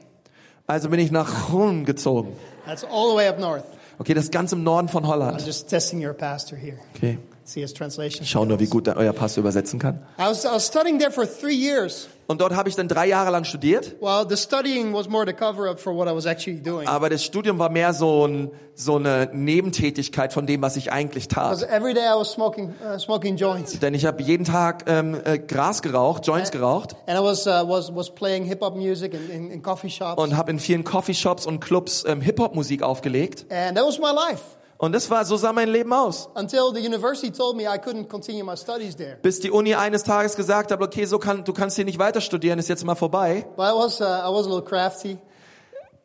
Speaker 1: Also bin ich nach Hoorn gezogen.
Speaker 2: That's all the way up north.
Speaker 1: Okay, das ist ganz im Norden von
Speaker 2: I'm
Speaker 1: Holland.
Speaker 2: just testing your pastor here.
Speaker 1: Okay.
Speaker 2: See his translation.
Speaker 1: Schau nur, wie gut da euer Pastor übersetzen kann.
Speaker 2: I was, I was studying there for three years.
Speaker 1: Und dort habe ich dann drei Jahre lang studiert.
Speaker 2: Well, the studying was more the cover up for what I was actually doing.
Speaker 1: Aber das Studium war mehr so, ein, so eine Nebentätigkeit von dem, was ich eigentlich
Speaker 2: Because
Speaker 1: tat.
Speaker 2: every day I was smoking, uh, smoking joints.
Speaker 1: Denn ich habe jeden Tag ähm, äh, Gras geraucht, Joints geraucht
Speaker 2: And I was, uh, was, was playing hip hop music in, in, in coffee shops.
Speaker 1: und habe in vielen Coffeeshops und Clubs ähm, Hip-Hop-Musik aufgelegt.
Speaker 2: And that was my life
Speaker 1: Und das war, so sah mein Leben aus.
Speaker 2: until the university told me I couldn't continue my studies there.
Speaker 1: Bis die Uni eines Tages gesagt hat, okay, so kann, du kannst hier nicht weiter studieren, ist jetzt mal vorbei.
Speaker 2: But I was, uh, I was a little crafty,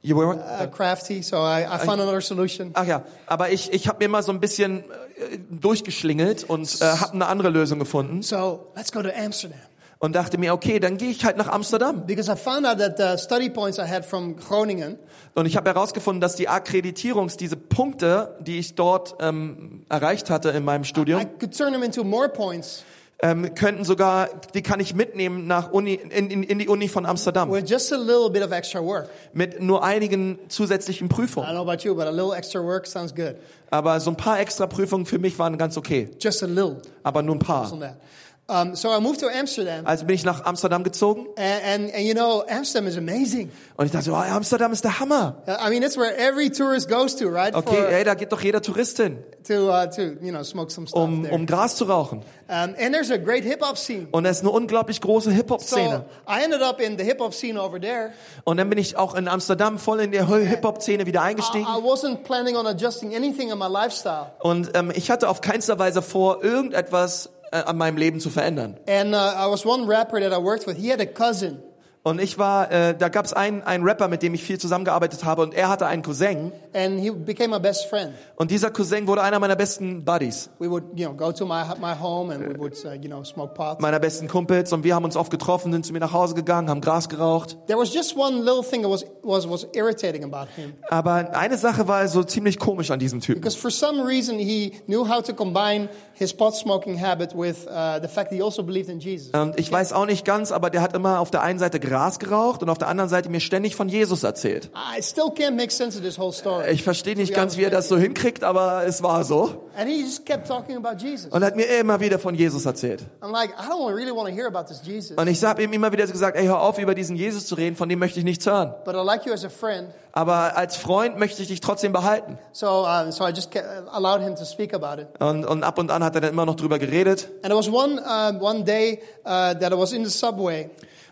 Speaker 1: You were,
Speaker 2: uh, crafty, so I, I found another solution.
Speaker 1: Ach ja, aber ich, ich habe mir mal so ein bisschen äh, durchgeschlingelt und äh, habe eine andere Lösung gefunden
Speaker 2: So let's go to Amsterdam.
Speaker 1: und dachte mir, okay, dann gehe ich halt nach Amsterdam.
Speaker 2: Because I found out that the study points I had from Groningen
Speaker 1: Und ich habe herausgefunden, dass die Akkreditierungs, diese Punkte, die ich dort ähm, erreicht hatte in meinem
Speaker 2: I
Speaker 1: Studium,
Speaker 2: could turn them into more points
Speaker 1: ähm, könnten sogar, die kann ich mitnehmen nach Uni, in, in, in die Uni von Amsterdam
Speaker 2: with just a little bit of extra work.
Speaker 1: mit nur einigen zusätzlichen
Speaker 2: I
Speaker 1: Prüfungen.
Speaker 2: don't know about you, but a little extra work sounds good.
Speaker 1: Aber so ein paar extra Prüfungen für mich waren ganz okay,
Speaker 2: Just a little
Speaker 1: aber nur ein
Speaker 2: on
Speaker 1: paar.
Speaker 2: that. Um, so I moved to Amsterdam,
Speaker 1: Also bin ich nach Amsterdam gezogen
Speaker 2: and, and, and you know, Amsterdam is amazing.
Speaker 1: und ich dachte, oh, Amsterdam ist der Hammer.
Speaker 2: Uh, I mean, it's where every tourist goes to, right?
Speaker 1: Okay, eh? ey, da geht doch jeder Tourist hin.
Speaker 2: For, to, uh, to, you know, smoke some stuff
Speaker 1: um,
Speaker 2: there.
Speaker 1: um Gras zu rauchen.
Speaker 2: um, and there's a great hip hop scene.
Speaker 1: Und es ist eine unglaublich große Hip-Hop-Szene.
Speaker 2: So I ended up in the hip hop scene over there.
Speaker 1: Und dann bin ich auch in Amsterdam voll in der Hip-Hop-Szene wieder
Speaker 2: I,
Speaker 1: eingestiegen.
Speaker 2: I wasn't planning on adjusting anything in my lifestyle.
Speaker 1: Und ähm, ich hatte auf keinster Weise vor, irgendetwas äh, an meinem Leben zu verändern.
Speaker 2: And uh, I was one rapper that I worked with. He had a cousin,
Speaker 1: Und ich war, äh, da gab es einen, einen Rapper, mit dem ich viel zusammengearbeitet habe, und er hatte einen Cousin.
Speaker 2: and he became my best friend.
Speaker 1: Und dieser Cousin wurde einer meiner besten Buddies,
Speaker 2: We would, you know, go to my my home and we would, uh, you know, smoke pot.
Speaker 1: meiner besten Kumpels. Und wir haben uns oft getroffen, sind zu mir nach Hause gegangen, haben Gras geraucht.
Speaker 2: There was just one little thing that was was was irritating about him
Speaker 1: Aber eine Sache war so ziemlich komisch an diesem Typen.
Speaker 2: because for some reason he knew how to combine his pot smoking habit with uh, the fact that he also believed in Jesus.
Speaker 1: Und Ähm, ich weiß auch nicht ganz, aber der hat immer auf der einen Seite Gras geraucht und auf der anderen Seite mir ständig von Jesus erzählt.
Speaker 2: I still can't make sense of this whole story.
Speaker 1: Ich verstehe nicht ganz, wie er das so hinkriegt, aber es war so.
Speaker 2: And he just kept talking about Jesus.
Speaker 1: Und hat mir immer wieder von Jesus erzählt.
Speaker 2: I'm like, I don't really want to hear about this Jesus,
Speaker 1: Und ich habe ihm immer wieder gesagt, ey, hör auf, über diesen Jesus zu reden, von dem möchte ich nichts hören.
Speaker 2: but I like you as a friend.
Speaker 1: Aber als Freund möchte ich dich trotzdem behalten.
Speaker 2: So, uh, so I just ca- allowed him to speak about it.
Speaker 1: Und, und ab und an hat er dann immer noch drüber geredet.
Speaker 2: And there was one um, one day uh, that I was in the subway,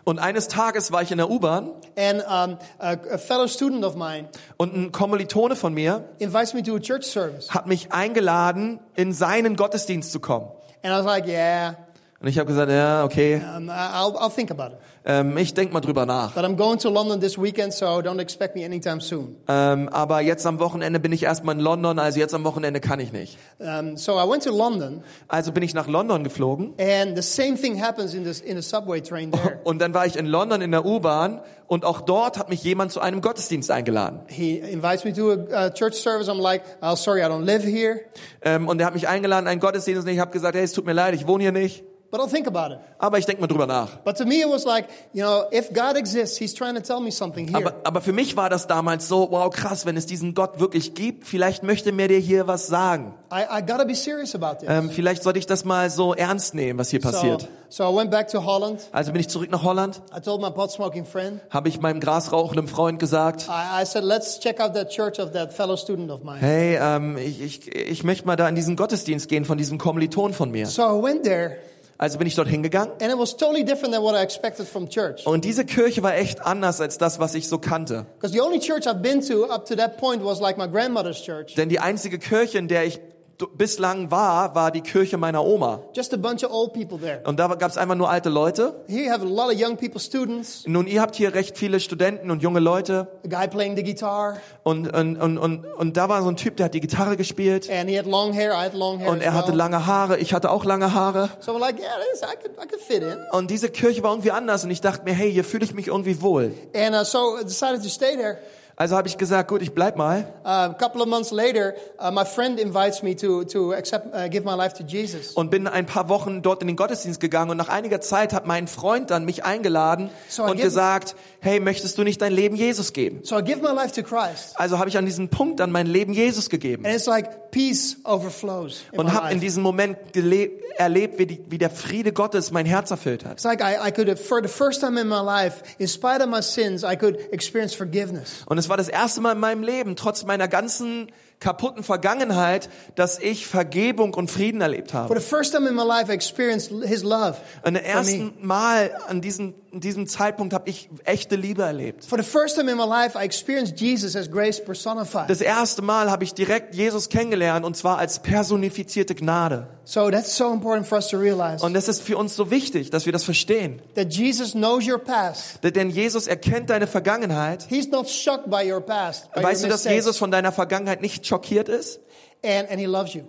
Speaker 1: Und eines Tages war ich in der U-Bahn
Speaker 2: and um, a, a fellow student of mine
Speaker 1: und ein Kommilitone von mir
Speaker 2: invites me to a church service,
Speaker 1: hat mich eingeladen, in seinen Gottesdienst zu kommen.
Speaker 2: and I was like, "Yeah,
Speaker 1: Und ich habe gesagt, ja, okay,
Speaker 2: um, I- I'll, I'll think about it."
Speaker 1: ähm, ich denk mal drüber nach.
Speaker 2: But I'm going to London this weekend, so don't expect me anytime soon.
Speaker 1: Ähm, aber jetzt am Wochenende bin ich erstmal in London, also jetzt am Wochenende kann ich nicht.
Speaker 2: Um, so I went to London,
Speaker 1: Also bin ich nach London geflogen
Speaker 2: and the same thing happens in this in the subway
Speaker 1: *laughs*
Speaker 2: train there.
Speaker 1: und dann war ich in London in der U-Bahn und auch dort hat mich jemand zu einem Gottesdienst eingeladen.
Speaker 2: He invites me to a, a church service. I'm like, "Oh, sorry, I don't live here,
Speaker 1: Ähm, und er hat mich eingeladen, einen Gottesdienst und ich habe gesagt, hey, es tut mir leid, ich wohne hier nicht,
Speaker 2: but I'll think about it."
Speaker 1: aber ich denke mal drüber nach.
Speaker 2: But to me, it was like, you know, if God exists, He's trying to tell me something here.
Speaker 1: Aber, aber für mich war das damals so, wow, krass, wenn es diesen Gott wirklich gibt, vielleicht möchte mir der hier was sagen.
Speaker 2: I, I gotta be serious about this.
Speaker 1: Ähm, vielleicht sollte ich das mal so ernst nehmen, was hier
Speaker 2: So,
Speaker 1: passiert.
Speaker 2: so I went back to Holland.
Speaker 1: Also bin ich zurück nach Holland,
Speaker 2: I told my pot smoking friend,
Speaker 1: habe ich meinem grasrauchenden Freund gesagt,
Speaker 2: I, I said, let's check out that church of that fellow student
Speaker 1: *laughs*
Speaker 2: of mine.
Speaker 1: Hey, ähm, ich, ich, ich möchte mal da in diesen Gottesdienst gehen von diesem Kommiliton von mir.
Speaker 2: So I went there,
Speaker 1: Also bin ich dort hingegangen.
Speaker 2: and it was totally different than what I expected from church.
Speaker 1: Und diese Kirche war echt anders als das, was ich so kannte.
Speaker 2: Because the only church I've been to up to that point was like my grandmother's church.
Speaker 1: Denn die einzige Kirche, in der ich d- bislang war, war die Kirche meiner Oma.
Speaker 2: Just a bunch of old people there.
Speaker 1: Und da gab es einfach nur alte Leute.
Speaker 2: Here you have a lot of young people, students,
Speaker 1: Nun, ihr habt hier recht viele Studenten und junge Leute.
Speaker 2: a guy playing the guitar,
Speaker 1: Und, und, und, und, und da war so ein Typ, der hat die Gitarre gespielt.
Speaker 2: and he had long hair. I had long hair.
Speaker 1: Und
Speaker 2: as
Speaker 1: er hatte
Speaker 2: well.
Speaker 1: lange Haare, ich hatte auch lange Haare.
Speaker 2: So I'm like, yeah, this, I could, I could fit in.
Speaker 1: Und diese Kirche war irgendwie anders und ich dachte mir, hey, hier fühle ich mich irgendwie wohl.
Speaker 2: And uh, so I decided to stay there.
Speaker 1: Also habe ich gesagt, gut, ich bleib mal.
Speaker 2: Uh, a couple of months later, uh, my friend invites me to to accept, uh, give my life to Jesus.
Speaker 1: Und bin ein paar Wochen dort in den Gottesdienst gegangen und nach einiger Zeit hat mein Freund dann mich eingeladen
Speaker 2: So,
Speaker 1: und
Speaker 2: again-
Speaker 1: gesagt, hey, möchtest du nicht dein Leben Jesus geben?
Speaker 2: So I give my life to Christ,
Speaker 1: Also habe ich an diesem Punkt dann mein Leben Jesus gegeben
Speaker 2: and it's like peace overflows in
Speaker 1: und
Speaker 2: my
Speaker 1: habe in
Speaker 2: life.
Speaker 1: diesem Moment gele- erlebt, wie, die, wie der Friede Gottes mein Herz erfüllt hat.
Speaker 2: It's like I, I could, have, for the first time in my life, in spite of my sins, I could experience forgiveness.
Speaker 1: Und es war das erste Mal in meinem Leben, trotz meiner ganzen kaputten Vergangenheit, dass ich Vergebung und Frieden erlebt habe.
Speaker 2: For the first time in my life, I experienced His love
Speaker 1: An dem
Speaker 2: for me.
Speaker 1: ersten Mal an diesem, in diesem Zeitpunkt habe ich echte Liebe erlebt.
Speaker 2: For the first time in my life, I experienced Jesus as grace personified.
Speaker 1: Das erste Mal habe ich direkt Jesus kennengelernt und zwar als personifizierte Gnade.
Speaker 2: So that's so important for us to realize
Speaker 1: Und das ist für uns so wichtig, dass wir das verstehen.
Speaker 2: that Jesus knows your past.
Speaker 1: Denn Jesus erkennt deine Vergangenheit.
Speaker 2: He's not shocked by your past, by
Speaker 1: Weißt du,
Speaker 2: your
Speaker 1: dass
Speaker 2: mistakes,
Speaker 1: Jesus von deiner Vergangenheit nicht schockiert ist?
Speaker 2: and, and He loves you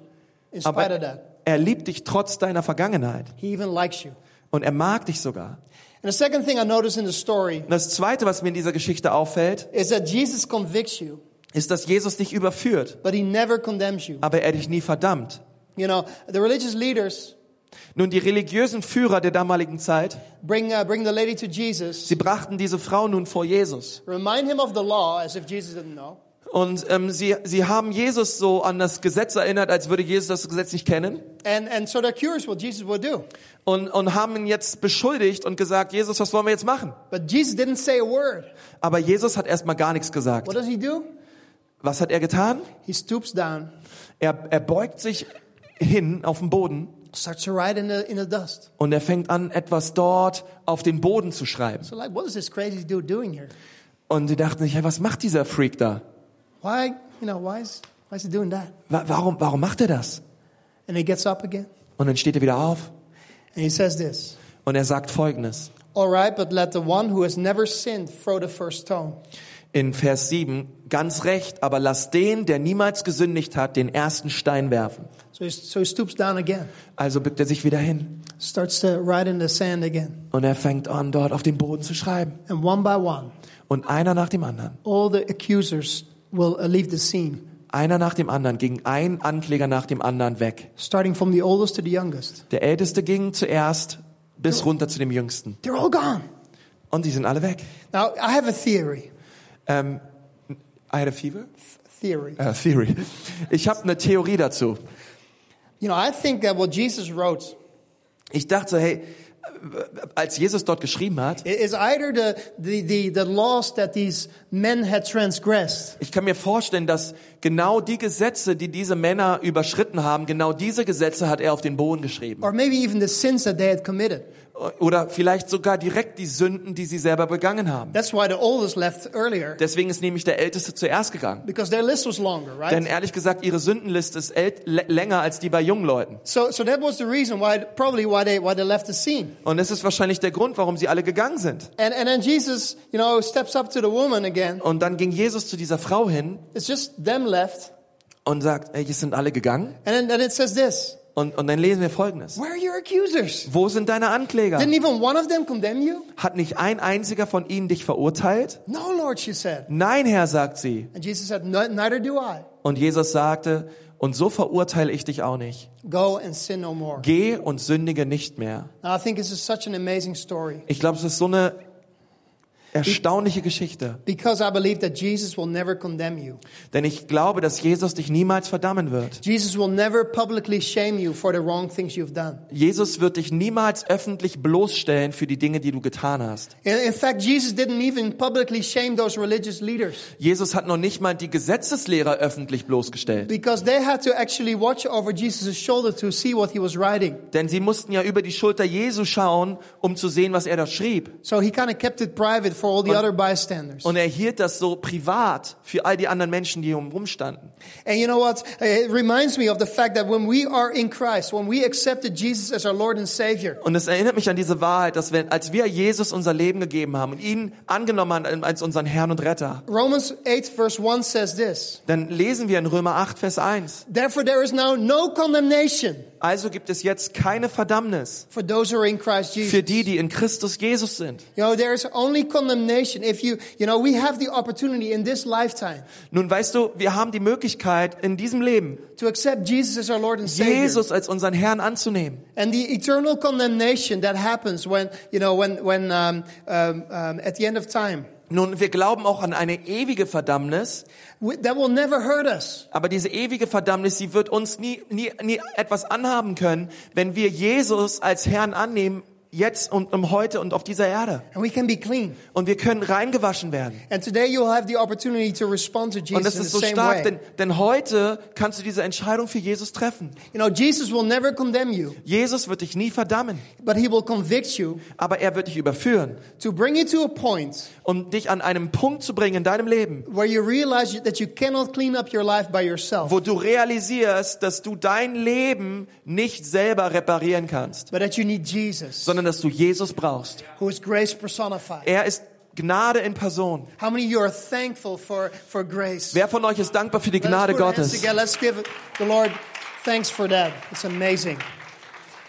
Speaker 2: in spite of
Speaker 1: Aber
Speaker 2: that.
Speaker 1: er liebt dich trotz deiner Vergangenheit.
Speaker 2: He even likes you.
Speaker 1: Und er mag dich sogar.
Speaker 2: And the second thing I notice in the story
Speaker 1: Und das Zweite, was mir in dieser Geschichte auffällt,
Speaker 2: is that Jesus convicts you,
Speaker 1: ist, dass Jesus dich überführt,
Speaker 2: but He never condemns you.
Speaker 1: aber er dich nie verdammt.
Speaker 2: You know, the religious leaders
Speaker 1: Nun, die religiösen Führer der damaligen Zeit
Speaker 2: bring, uh, bring the lady to Jesus,
Speaker 1: Sie brachten diese Frau nun vor Jesus.
Speaker 2: remind him of the law as if Jesus didn't know.
Speaker 1: Und ähm, sie, sie haben Jesus so an das Gesetz erinnert, als würde Jesus das Gesetz nicht kennen.
Speaker 2: And, and so they're curious what Jesus would do.
Speaker 1: Und, und haben ihn jetzt beschuldigt und gesagt, Jesus, was wollen wir jetzt machen?
Speaker 2: But Jesus didn't say a word.
Speaker 1: Aber Jesus hat erstmal gar nichts gesagt.
Speaker 2: What does he do?
Speaker 1: Was hat er getan?
Speaker 2: He stoops down,
Speaker 1: Er, er beugt sich hin auf den Boden
Speaker 2: starts to write in the, in the dust.
Speaker 1: und er fängt an, etwas dort auf den Boden zu schreiben.
Speaker 2: So, like, what is this crazy dude doing here?
Speaker 1: Und sie dachten sich, hey, was macht dieser Freak da?
Speaker 2: Why, you know, why is, why is he doing that?
Speaker 1: Wa- Warum, warum macht er das?
Speaker 2: And he gets up again
Speaker 1: Und dann steht er wieder auf
Speaker 2: and he says this
Speaker 1: und er sagt Folgendes.
Speaker 2: All right, but let the one who has never sinned throw the first stone.
Speaker 1: in Vers 7, ganz recht, aber lass den, der niemals gesündigt hat, den ersten Stein werfen.
Speaker 2: So he, so he stoops down again,
Speaker 1: Also bückt er sich wieder hin
Speaker 2: starts to write in the sand again.
Speaker 1: und er fängt an, dort auf den Boden zu schreiben.
Speaker 2: And one by one,
Speaker 1: Und einer nach dem anderen,
Speaker 2: all the accusers will uh, leave the scene.
Speaker 1: einer nach dem anderen, ging ein Ankläger nach dem anderen weg.
Speaker 2: starting from the oldest to the youngest.
Speaker 1: Der Älteste ging zuerst bis runter zu dem Jüngsten.
Speaker 2: They're all gone.
Speaker 1: Und die sind alle weg.
Speaker 2: Now, I have a theory.
Speaker 1: Ähm, I had a fever?
Speaker 2: Theory.
Speaker 1: Äh, theory. Ich habe eine Theorie dazu.
Speaker 2: You know, I think that what Jesus wrote
Speaker 1: Ich dachte so, hey, als Jesus dort geschrieben hat,
Speaker 2: i- is either the, the, the, the laws that these men had transgressed,
Speaker 1: Ich kann mir vorstellen, dass genau die Gesetze, die diese Männer überschritten haben, genau diese Gesetze hat er auf den Boden geschrieben.
Speaker 2: or maybe even the sins that they had committed.
Speaker 1: Oder vielleicht sogar direkt die Sünden, die sie selber begangen haben.
Speaker 2: That's why the oldest left earlier,
Speaker 1: Deswegen ist nämlich der Älteste zuerst gegangen.
Speaker 2: because their list was longer,
Speaker 1: Denn
Speaker 2: right?
Speaker 1: ehrlich gesagt, ihre Sündenliste ist ält- lä- länger als die bei jungen Leuten.
Speaker 2: So, so that was the reason why, probably why they, why they left the scene.
Speaker 1: Und das ist wahrscheinlich der Grund, warum sie alle gegangen sind.
Speaker 2: And, and then Jesus, you know, steps up to the woman again.
Speaker 1: Und dann ging Jesus zu dieser Frau hin
Speaker 2: It's just them left.
Speaker 1: und sagt, ey, jetzt sind alle gegangen.
Speaker 2: And then, then it says this,
Speaker 1: Und, und dann lesen wir Folgendes.
Speaker 2: where are your accusers?
Speaker 1: Wo sind deine Ankläger?
Speaker 2: Didn't even one of them condemn you?
Speaker 1: Hat nicht ein einziger von ihnen dich verurteilt?
Speaker 2: No, Lord, she said.
Speaker 1: Nein, Herr, sagt sie.
Speaker 2: And Jesus said, "No- Neither do I.
Speaker 1: Und Jesus sagte, und so verurteile ich dich auch nicht.
Speaker 2: Go and sin no more.
Speaker 1: Geh und sündige nicht mehr.
Speaker 2: Now, I think this is such an amazing story
Speaker 1: Ich glaube, es ist so eine erstaunliche Geschichte.
Speaker 2: because I believe that Jesus will never condemn you.
Speaker 1: Denn ich glaube, dass Jesus dich niemals verdammen wird.
Speaker 2: Jesus will never publicly shame you for the wrong things you've done.
Speaker 1: Jesus wird dich niemals öffentlich bloßstellen für die Dinge, die du getan hast.
Speaker 2: In, in fact, Jesus didn't even publicly shame those religious leaders
Speaker 1: Jesus hat noch nicht mal die Gesetzeslehrer öffentlich bloßgestellt.
Speaker 2: because they had to actually watch over Jesus' shoulder to see what he was writing.
Speaker 1: Denn sie mussten ja über die Schulter Jesu schauen, um zu sehen, was er da schrieb.
Speaker 2: So he kind of kept it private for all the other bystanders.
Speaker 1: Und er hielt das so privat für all die anderen Menschen, die um ihn rumstanden.
Speaker 2: And you know what? It reminds me of the fact that when we are in Christ, when we accepted Jesus as our Lord and Savior,
Speaker 1: Und es erinnert mich an diese Wahrheit, dass wenn, als wir Jesus unser Leben gegeben haben und ihn angenommen haben als unseren Herrn und Retter,
Speaker 2: Romans 8 verse 1 says this,
Speaker 1: dann lesen wir in Römer 8, Vers 1.
Speaker 2: Therefore there is now no condemnation
Speaker 1: Also gibt es jetzt keine Verdammnis
Speaker 2: for those who are in Christ
Speaker 1: für
Speaker 2: Jesus.
Speaker 1: die, die in Christus Jesus sind.
Speaker 2: You know, there is only condemnation if you, you know, we have the opportunity in this lifetime
Speaker 1: Nun weißt du, wir haben die Möglichkeit, in diesem Leben
Speaker 2: to accept Jesus as our Lord and Savior.
Speaker 1: Jesus als unseren Herrn anzunehmen.
Speaker 2: And the eternal condemnation that happens when, you know, when, when, um, um, um, at the end of time,
Speaker 1: Nun, wir glauben auch an eine ewige Verdammnis,
Speaker 2: we, that will never hurt us.
Speaker 1: aber diese ewige Verdammnis, sie wird uns nie, nie, nie etwas anhaben können, wenn wir Jesus als Herrn annehmen, jetzt und um heute und auf dieser Erde.
Speaker 2: And we can be clean.
Speaker 1: Und wir können reingewaschen werden.
Speaker 2: And today you'll have the opportunity to respond to Jesus
Speaker 1: Und das
Speaker 2: in the
Speaker 1: ist so
Speaker 2: same
Speaker 1: stark,
Speaker 2: way.
Speaker 1: denn, denn heute kannst du diese Entscheidung für Jesus treffen.
Speaker 2: you know, Jesus will never condemn you,
Speaker 1: Jesus wird dich nie verdammen,
Speaker 2: but he will convict you
Speaker 1: aber er wird dich überführen,
Speaker 2: to bring you to a point
Speaker 1: um dich an einem Punkt zu bringen in deinem Leben,
Speaker 2: where you realize that you cannot clean up your life by yourself,
Speaker 1: wo du realisierst, dass du dein Leben nicht selber reparieren kannst,
Speaker 2: but that you need Jesus,
Speaker 1: sondern dass du Jesus brauchst.
Speaker 2: who is grace personified.
Speaker 1: Er ist Gnade in Person.
Speaker 2: How many of you are thankful for, for grace?
Speaker 1: Wer von euch ist dankbar für die
Speaker 2: Let's
Speaker 1: Gnade
Speaker 2: put our hands
Speaker 1: Gottes?
Speaker 2: together. Let's give the Lord thanks for that. It's amazing.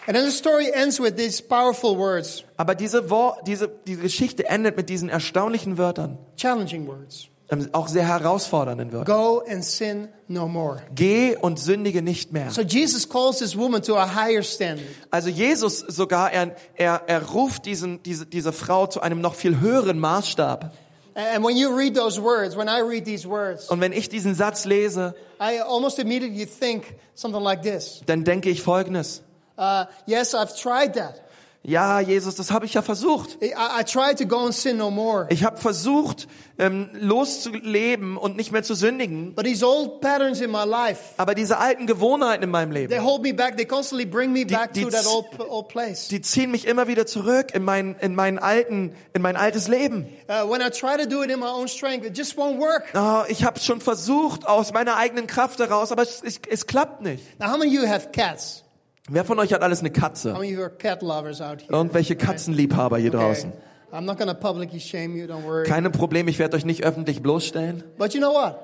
Speaker 2: And then the story ends with these powerful words,
Speaker 1: Aber diese, Wor diese, diese Geschichte endet mit diesen erstaunlichen Wörtern,
Speaker 2: challenging words.
Speaker 1: ähm, auch sehr herausfordernden Wörtern.
Speaker 2: Go and sin no more.
Speaker 1: Geh und sündige nicht mehr.
Speaker 2: So Jesus calls this woman to a higher standard.
Speaker 1: Also Jesus sogar, er, er, er ruft diesen, diese, diese Frau zu einem noch viel höheren Maßstab.
Speaker 2: And when you read those words, when I read these words,
Speaker 1: Und wenn ich diesen Satz lese,
Speaker 2: I almost immediately think something like this.
Speaker 1: dann denke ich Folgendes.
Speaker 2: Uh, yes, I've tried that.
Speaker 1: Ja, Jesus, das habe ich ja versucht.
Speaker 2: I, I tried to go and sin no more.
Speaker 1: Ich habe versucht, ähm, loszuleben und nicht mehr zu sündigen.
Speaker 2: But these old patterns in my life,
Speaker 1: Aber diese alten Gewohnheiten in meinem
Speaker 2: they
Speaker 1: Leben,
Speaker 2: hold me back. They constantly bring me back
Speaker 1: die
Speaker 2: to that
Speaker 1: Z-
Speaker 2: old, old place.
Speaker 1: die ziehen mich immer wieder zurück in mein, in meinen alten, in mein altes Leben.
Speaker 2: Uh, when I try to do it in my own strength, it just won't work.
Speaker 1: Oh, ich habe schon versucht, aus meiner eigenen Kraft heraus, aber es, es, es klappt nicht.
Speaker 2: Now, how many of you have cats?
Speaker 1: Wer von euch hat alles eine
Speaker 2: How
Speaker 1: Katze?
Speaker 2: many of you are cat lovers out here?
Speaker 1: Irgendwelche Katzenliebhaber hier
Speaker 2: Okay.
Speaker 1: draußen.
Speaker 2: I'm not going to publicly shame you, don't worry.
Speaker 1: Keine Problem, ich werde euch nicht öffentlich bloßstellen.
Speaker 2: But you know what?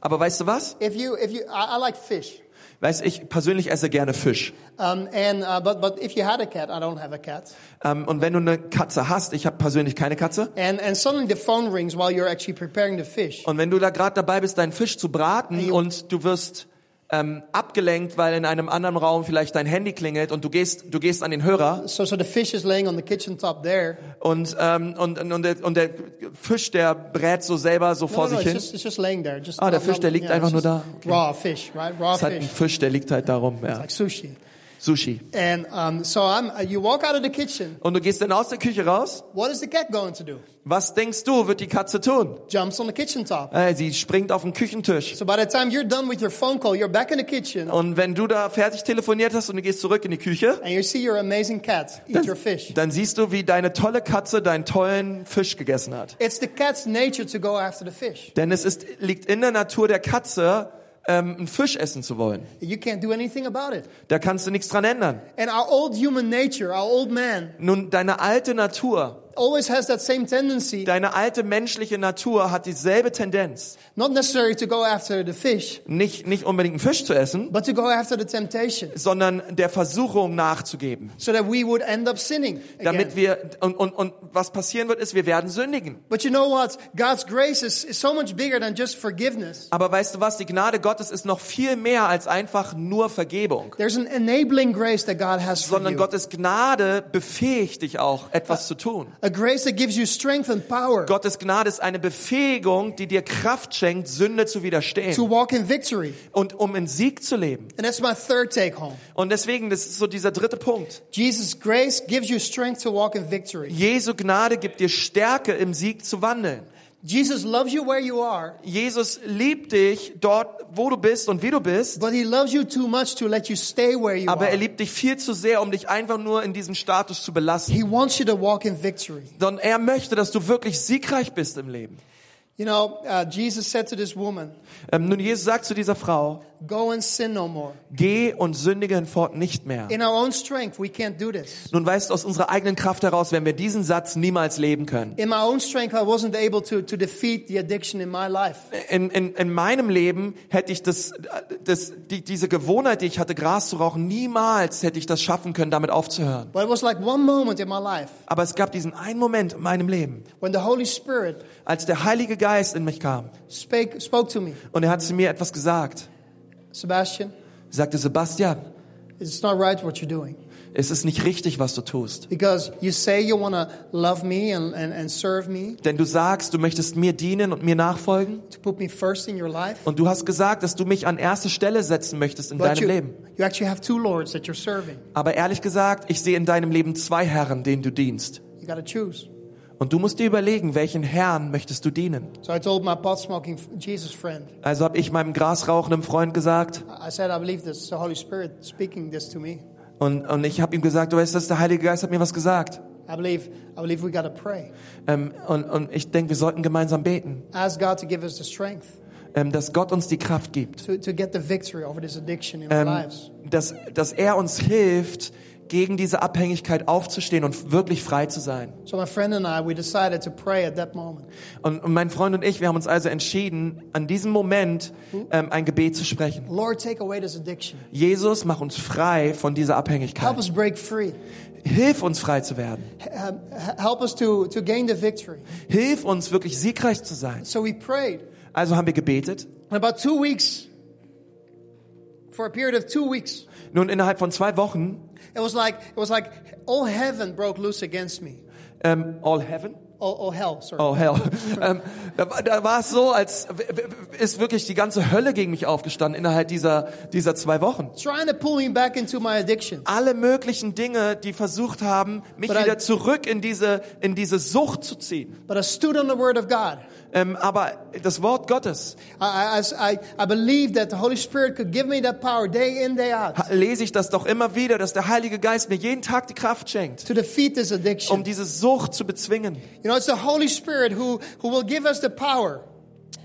Speaker 1: Aber weißt du was?
Speaker 2: If you, if you, I, I like fish.
Speaker 1: Weiß ich persönlich esse gerne Fisch.
Speaker 2: Um, and, uh, but, but if you had a cat, I don't have a cat.
Speaker 1: Ähm, und wenn du eine Katze hast, ich habe persönlich keine Katze.
Speaker 2: And, and suddenly the phone rings while you're actually preparing the fish.
Speaker 1: Und wenn du da gerade dabei bist, deinen Fisch zu braten und du wirst ähm, abgelenkt, weil in einem anderen Raum vielleicht dein Handy klingelt und du gehst, du gehst an den Hörer
Speaker 2: So, so the fish is laying on the kitchen top there.
Speaker 1: und ähm, und und, und, der, und der Fisch, der brät so selber so
Speaker 2: No,
Speaker 1: vor
Speaker 2: no, no,
Speaker 1: sich
Speaker 2: it's
Speaker 1: hin.
Speaker 2: just, it's just laying there. Just
Speaker 1: Ah, der
Speaker 2: not-
Speaker 1: Fisch, der
Speaker 2: not-
Speaker 1: liegt einfach
Speaker 2: it's
Speaker 1: nur
Speaker 2: just
Speaker 1: da. Okay.
Speaker 2: Raw fish, right? Raw
Speaker 1: Es hat einen
Speaker 2: fish.
Speaker 1: Fisch, der liegt halt darum. Ja.
Speaker 2: Like sushi.
Speaker 1: Sushi.
Speaker 2: And um, so I'm, uh, you walk out of the kitchen.
Speaker 1: Und du gehst dann aus der Küche raus.
Speaker 2: What is the cat going to do?
Speaker 1: Was denkst du, wird die Katze tun?
Speaker 2: Jumps on the kitchen top.
Speaker 1: Äh, sie springt auf den Küchentisch.
Speaker 2: So by the time you're done with your phone call, you're back in the kitchen
Speaker 1: Und wenn du da fertig telefoniert hast und du gehst zurück in die Küche,
Speaker 2: and you see your amazing cat eat your fish.
Speaker 1: dann siehst du, wie deine tolle Katze deinen tollen Fisch gegessen hat.
Speaker 2: It's the cat's nature to go after the fish.
Speaker 1: Denn es ist, liegt in der Natur der Katze, ähm, einen Fisch essen zu wollen.
Speaker 2: You can't do anything about it.
Speaker 1: Da kannst du nichts dran ändern.
Speaker 2: And our old human nature, our old man,
Speaker 1: Nun, deine alte Natur,
Speaker 2: always has that same tendency,
Speaker 1: deine alte menschliche Natur hat dieselbe Tendenz,
Speaker 2: not necessarily to go after the fish,
Speaker 1: nicht, nicht unbedingt einen Fisch zu essen,
Speaker 2: but to go after the temptation
Speaker 1: sondern der Versuchung nachzugeben.
Speaker 2: so that we would end up sinning.
Speaker 1: damit
Speaker 2: Again.
Speaker 1: wir und, und, und was passieren wird, ist, wir werden sündigen.
Speaker 2: But you know what? God's grace is, is so much bigger than just forgiveness.
Speaker 1: Aber weißt du was? Die Gnade Gottes ist noch viel mehr als einfach nur Vergebung,
Speaker 2: There's an enabling grace that God has for
Speaker 1: sondern
Speaker 2: you.
Speaker 1: Gottes Gnade befähigt dich auch, etwas zu tun.
Speaker 2: A grace that gives you strength and power
Speaker 1: Gottes Gnade ist eine Befähigung, die dir Kraft schenkt, Sünde zu
Speaker 2: to
Speaker 1: widerstehen
Speaker 2: walk in victory.
Speaker 1: und um in Sieg zu leben.
Speaker 2: And that's my third take home.
Speaker 1: Und deswegen, das ist so dieser dritte Punkt.
Speaker 2: Jesus' grace gives you strength to walk in victory.
Speaker 1: Jesu Gnade gibt dir Stärke, im Sieg zu wandeln.
Speaker 2: Jesus loves you where you are,
Speaker 1: Jesus liebt dich dort, wo du bist und wie du bist,
Speaker 2: but he loves you too much to let you stay where you
Speaker 1: aber er
Speaker 2: are.
Speaker 1: liebt dich viel zu sehr, um dich einfach nur in diesem Status zu belassen.
Speaker 2: He wants you to walk in victory.
Speaker 1: Sondern er möchte, dass du wirklich siegreich bist im Leben.
Speaker 2: You know, uh, Jesus said to this woman,
Speaker 1: Ähm, nun, Jesus sagt zu dieser Frau,
Speaker 2: Go and sin no more.
Speaker 1: geh und sündige hinfort nicht mehr.
Speaker 2: In our own strength, we can't do this.
Speaker 1: Nun weißt du, aus unserer eigenen Kraft heraus werden wir diesen Satz niemals leben können.
Speaker 2: In my own strength, I wasn't able to, to defeat the addiction in my life.
Speaker 1: In, in, in meinem Leben hätte ich das, das, die, diese Gewohnheit, die ich hatte, Gras zu rauchen, niemals hätte ich das schaffen können, damit aufzuhören.
Speaker 2: But it was like one moment in my life
Speaker 1: Aber es gab diesen einen Moment in meinem Leben,
Speaker 2: when the Holy Spirit
Speaker 1: als der Heilige Geist in mich kam
Speaker 2: spake, spoke to me.
Speaker 1: und er hat zu mir etwas gesagt.
Speaker 2: Sebastian,
Speaker 1: Er sagte, Sebastian,
Speaker 2: it's not right what you're doing.
Speaker 1: es ist nicht richtig, was du tust.
Speaker 2: Because you say you want to love me and, and, and serve me,
Speaker 1: Denn du sagst, du möchtest mir dienen und mir nachfolgen.
Speaker 2: to put me first in your life.
Speaker 1: Und du hast gesagt, dass du mich an erste Stelle setzen möchtest in
Speaker 2: But
Speaker 1: deinem
Speaker 2: you,
Speaker 1: Leben.
Speaker 2: you actually have two lords that you're serving.
Speaker 1: Aber ehrlich gesagt, ich sehe in deinem Leben zwei Herren, denen du dienst.
Speaker 2: You got to choose.
Speaker 1: Und du musst dir überlegen, welchen Herrn möchtest du dienen.
Speaker 2: So I told my pot smoking f- Jesus friend,
Speaker 1: Also habe ich meinem grasrauchenden Freund gesagt
Speaker 2: I I said, I believe this is the Holy Spirit speaking this to me.
Speaker 1: und, und ich habe ihm gesagt, du weißt das, der Heilige Geist hat mir was gesagt.
Speaker 2: I believe, I believe we got to pray.
Speaker 1: Ähm, und, und ich denke, wir sollten gemeinsam beten,
Speaker 2: Ask God to give us the strength
Speaker 1: ähm, dass Gott uns die Kraft gibt,
Speaker 2: to, to get the victory over this addiction in our lives.
Speaker 1: dass, dass er uns hilft, gegen diese Abhängigkeit aufzustehen und wirklich frei zu sein.
Speaker 2: So my friend and I, we decided to pray at that moment.
Speaker 1: Und, und mein Freund und ich, wir haben uns also entschieden, an diesem Moment ähm, ein Gebet zu sprechen.
Speaker 2: Lord, take away this addiction.
Speaker 1: Jesus, mach uns frei von dieser Abhängigkeit.
Speaker 2: Help us break free.
Speaker 1: Hilf uns frei zu werden.
Speaker 2: H- um, h- Help us to, to gain the victory.
Speaker 1: Hilf uns wirklich siegreich zu sein.
Speaker 2: So we prayed.
Speaker 1: Also haben wir gebetet.
Speaker 2: In about two weeks, for a period of two weeks,
Speaker 1: Nun innerhalb von zwei Wochen,
Speaker 2: it was like, it was like all heaven broke loose against me.
Speaker 1: ähm, all heaven,
Speaker 2: All, all hell, sorry.
Speaker 1: all hell, *laughs* ähm, da, war- da war es so, als w- w- ist wirklich die ganze Hölle gegen mich aufgestanden innerhalb dieser, dieser zwei Wochen.
Speaker 2: Trying to pull me back into my addiction.
Speaker 1: Alle möglichen Dinge, die versucht haben, mich
Speaker 2: But I-
Speaker 1: wieder zurück in diese, in diese Sucht zu ziehen.
Speaker 2: But I stood on the word of God.
Speaker 1: Ähm, aber das Wort Gottes
Speaker 2: I, I, I, I believe that the Holy Spirit could give me that power day in, day out
Speaker 1: ha- lese ich das doch immer wieder, dass der Heilige Geist mir jeden Tag die Kraft schenkt,
Speaker 2: to defeat this
Speaker 1: um
Speaker 2: addiction.
Speaker 1: diese Sucht zu bezwingen.
Speaker 2: You know, it's the Holy Spirit who, who will give us the power.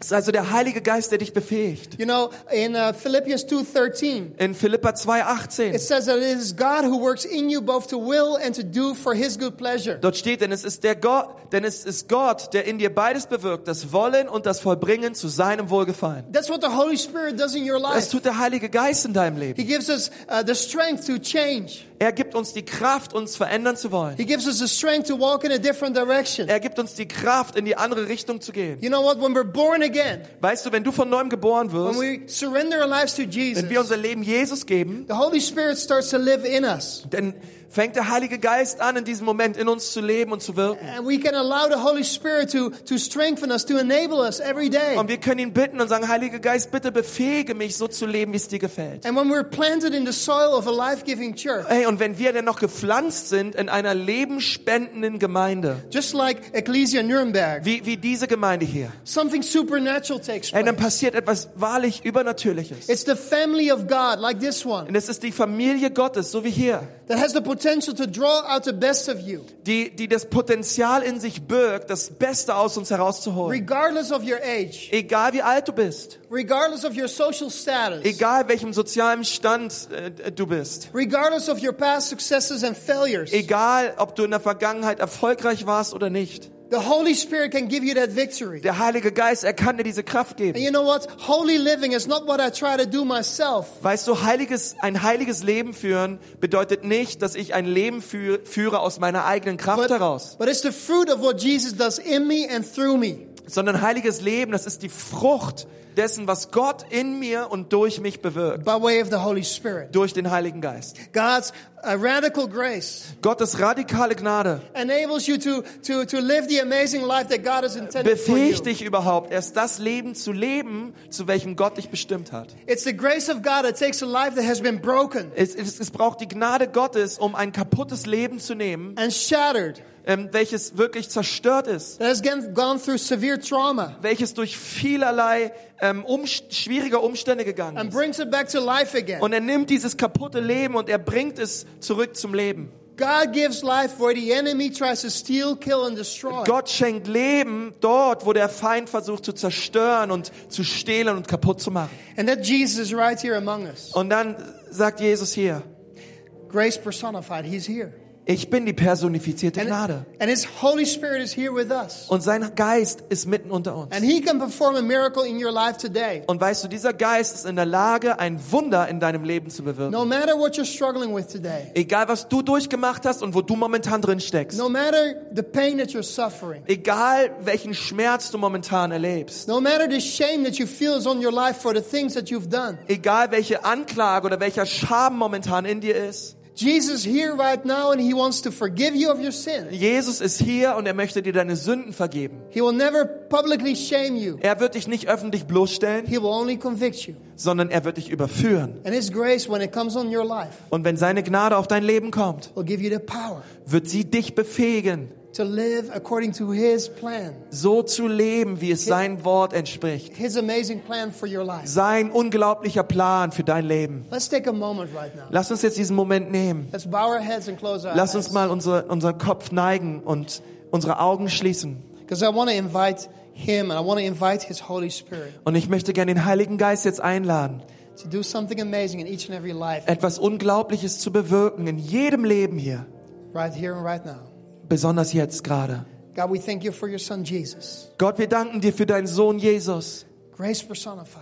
Speaker 1: Es ist also der Heilige Geist, der dich befähigt.
Speaker 2: You know, in uh, Philippians 2.13,
Speaker 1: In Philippa
Speaker 2: it
Speaker 1: 2,18.
Speaker 2: says that it is God who works in you both to will and to do for His good pleasure.
Speaker 1: Dort steht, denn es ist der Gott, denn es ist Gott, der in dir beides bewirkt, das Wollen und das Vollbringen zu seinem Wohlgefallen.
Speaker 2: That's what the Holy Spirit does in your
Speaker 1: Das
Speaker 2: life.
Speaker 1: tut der Heilige Geist in deinem
Speaker 2: He
Speaker 1: Leben.
Speaker 2: gives us uh, the strength to change.
Speaker 1: Er gibt uns die Kraft, uns verändern zu wollen.
Speaker 2: He gives us the strength to walk in a different direction.
Speaker 1: Er gibt uns die Kraft, in die andere Richtung zu gehen.
Speaker 2: You know what? When we're born again,
Speaker 1: Weißt du, wenn du von neuem geboren
Speaker 2: when
Speaker 1: wirst,
Speaker 2: we surrender our lives to Jesus,
Speaker 1: wenn wir unser Leben Jesus geben,
Speaker 2: The Holy Spirit starts to live in us.
Speaker 1: dann fängt der Heilige Geist an, in diesem Moment in uns zu leben und zu wirken.
Speaker 2: And we can allow the Holy Spirit to, to strengthen us, to enable us every day.
Speaker 1: Und wir können ihn bitten und sagen, Heiliger Geist, bitte befähige mich, so zu leben, wie es dir gefällt.
Speaker 2: And when we're planted in the soil of a life giving church,
Speaker 1: Hey, und wenn wir denn noch gepflanzt sind in einer lebenspendenden Gemeinde,
Speaker 2: just like Ecclesia Nuremberg,
Speaker 1: wie, wie diese Gemeinde hier,
Speaker 2: something supernatural takes
Speaker 1: hey, dann
Speaker 2: place.
Speaker 1: passiert etwas wahrlich Übernatürliches.
Speaker 2: It's the family of God, like this
Speaker 1: Und
Speaker 2: one,
Speaker 1: es ist die Familie Gottes, so wie hier,
Speaker 2: that has the potential to draw out the best of you,
Speaker 1: die, die das Potenzial in sich birgt, das Beste aus uns herauszuholen.
Speaker 2: regardless of your age,
Speaker 1: Egal wie alt du bist,
Speaker 2: regardless of your social status,
Speaker 1: egal welchem sozialen Stand äh, du bist,
Speaker 2: regardless of your past successes and failures.
Speaker 1: egal ob du in der Vergangenheit erfolgreich warst oder nicht,
Speaker 2: The Holy Spirit can give you that victory.
Speaker 1: der Heilige Geist, er kann dir diese Kraft
Speaker 2: And
Speaker 1: geben.
Speaker 2: you know what? Holy living is not what I try to do myself.
Speaker 1: Weißt du, heiliges, ein heiliges Leben führen bedeutet nicht, dass ich ein Leben führe, führe aus meiner eigenen Kraft heraus,
Speaker 2: But it's the fruit of what Jesus does in me and through me.
Speaker 1: sondern heiliges Leben, das ist die Frucht dessen, was Gott in mir und durch mich bewirkt,
Speaker 2: By way of the Holy Spirit.
Speaker 1: durch den Heiligen Geist.
Speaker 2: God's uh, A radical grace
Speaker 1: Gottes radikale Gnade
Speaker 2: enables you to, to, to live the amazing life that God has intended for
Speaker 1: befähigt
Speaker 2: you.
Speaker 1: dich überhaupt, erst das Leben zu leben, zu welchem Gott dich bestimmt hat.
Speaker 2: It's the grace of God that takes a life that has been broken
Speaker 1: Es, es, es braucht die Gnade Gottes, um ein kaputtes Leben zu nehmen,
Speaker 2: and shattered,
Speaker 1: ähm, welches wirklich zerstört ist,
Speaker 2: that has gone gone through severe trauma,
Speaker 1: welches durch vielerlei ähm, umst schwierige Umstände gegangen
Speaker 2: and
Speaker 1: ist.
Speaker 2: brings it back to life again.
Speaker 1: Und er nimmt dieses kaputte Leben und er bringt es zurück zum Leben.
Speaker 2: God gives life where the enemy tries to steal, kill, and destroy.
Speaker 1: Gott schenkt Leben dort, wo der Feind versucht zu zerstören und zu stehlen und kaputt zu machen.
Speaker 2: And that Jesus is right here among us.
Speaker 1: Und dann sagt Jesus hier,
Speaker 2: Grace personified, He's here.
Speaker 1: ich bin die personifizierte
Speaker 2: And,
Speaker 1: Gnade.
Speaker 2: and His Holy Spirit is here with us.
Speaker 1: Und sein Geist ist mitten unter uns.
Speaker 2: And He can perform a miracle in your life today.
Speaker 1: Und weißt du, dieser Geist ist in der Lage, ein Wunder in deinem Leben zu bewirken.
Speaker 2: No matter what you're struggling with today,
Speaker 1: Egal, was du durchgemacht hast und wo du momentan drin steckst.
Speaker 2: no matter the pain that you're suffering,
Speaker 1: Egal, welchen Schmerz du momentan erlebst.
Speaker 2: No matter the shame that you feel is on your life for the things that you've done,
Speaker 1: Egal, welche Anklage oder welcher Scham momentan in dir ist.
Speaker 2: Jesus is here right now and He wants to forgive you of your sin.
Speaker 1: Jesus ist hier und er möchte dir deine Sünden vergeben.
Speaker 2: He will never publicly shame you.
Speaker 1: Er wird dich nicht öffentlich bloßstellen,
Speaker 2: He will only convict you.
Speaker 1: sondern er wird dich überführen.
Speaker 2: And His grace, when it comes on your life,
Speaker 1: Und wenn seine Gnade auf dein Leben kommt,
Speaker 2: will give you the power
Speaker 1: wird sie dich befähigen,
Speaker 2: to live according to His plan,
Speaker 1: so zu leben, wie es sein Wort entspricht.
Speaker 2: His amazing plan for your life.
Speaker 1: Sein unglaublicher Plan für dein Leben.
Speaker 2: Let's take a moment right now.
Speaker 1: Lass uns jetzt diesen Moment nehmen.
Speaker 2: Let's bow our heads and close our
Speaker 1: Lass uns
Speaker 2: eyes.
Speaker 1: mal unsere, unseren Kopf neigen und unsere Augen schließen.
Speaker 2: Because I want to invite Him and I want to invite His Holy Spirit
Speaker 1: Und ich möchte gerne den Heiligen Geist jetzt einladen,
Speaker 2: to do something amazing in each and every life,
Speaker 1: etwas Unglaubliches zu bewirken in jedem Leben hier,
Speaker 2: right here and right now.
Speaker 1: besonders jetzt gerade.
Speaker 2: God, we thank you for your Son Jesus.
Speaker 1: Gott, wir danken dir für deinen Sohn Jesus.
Speaker 2: Grace personified.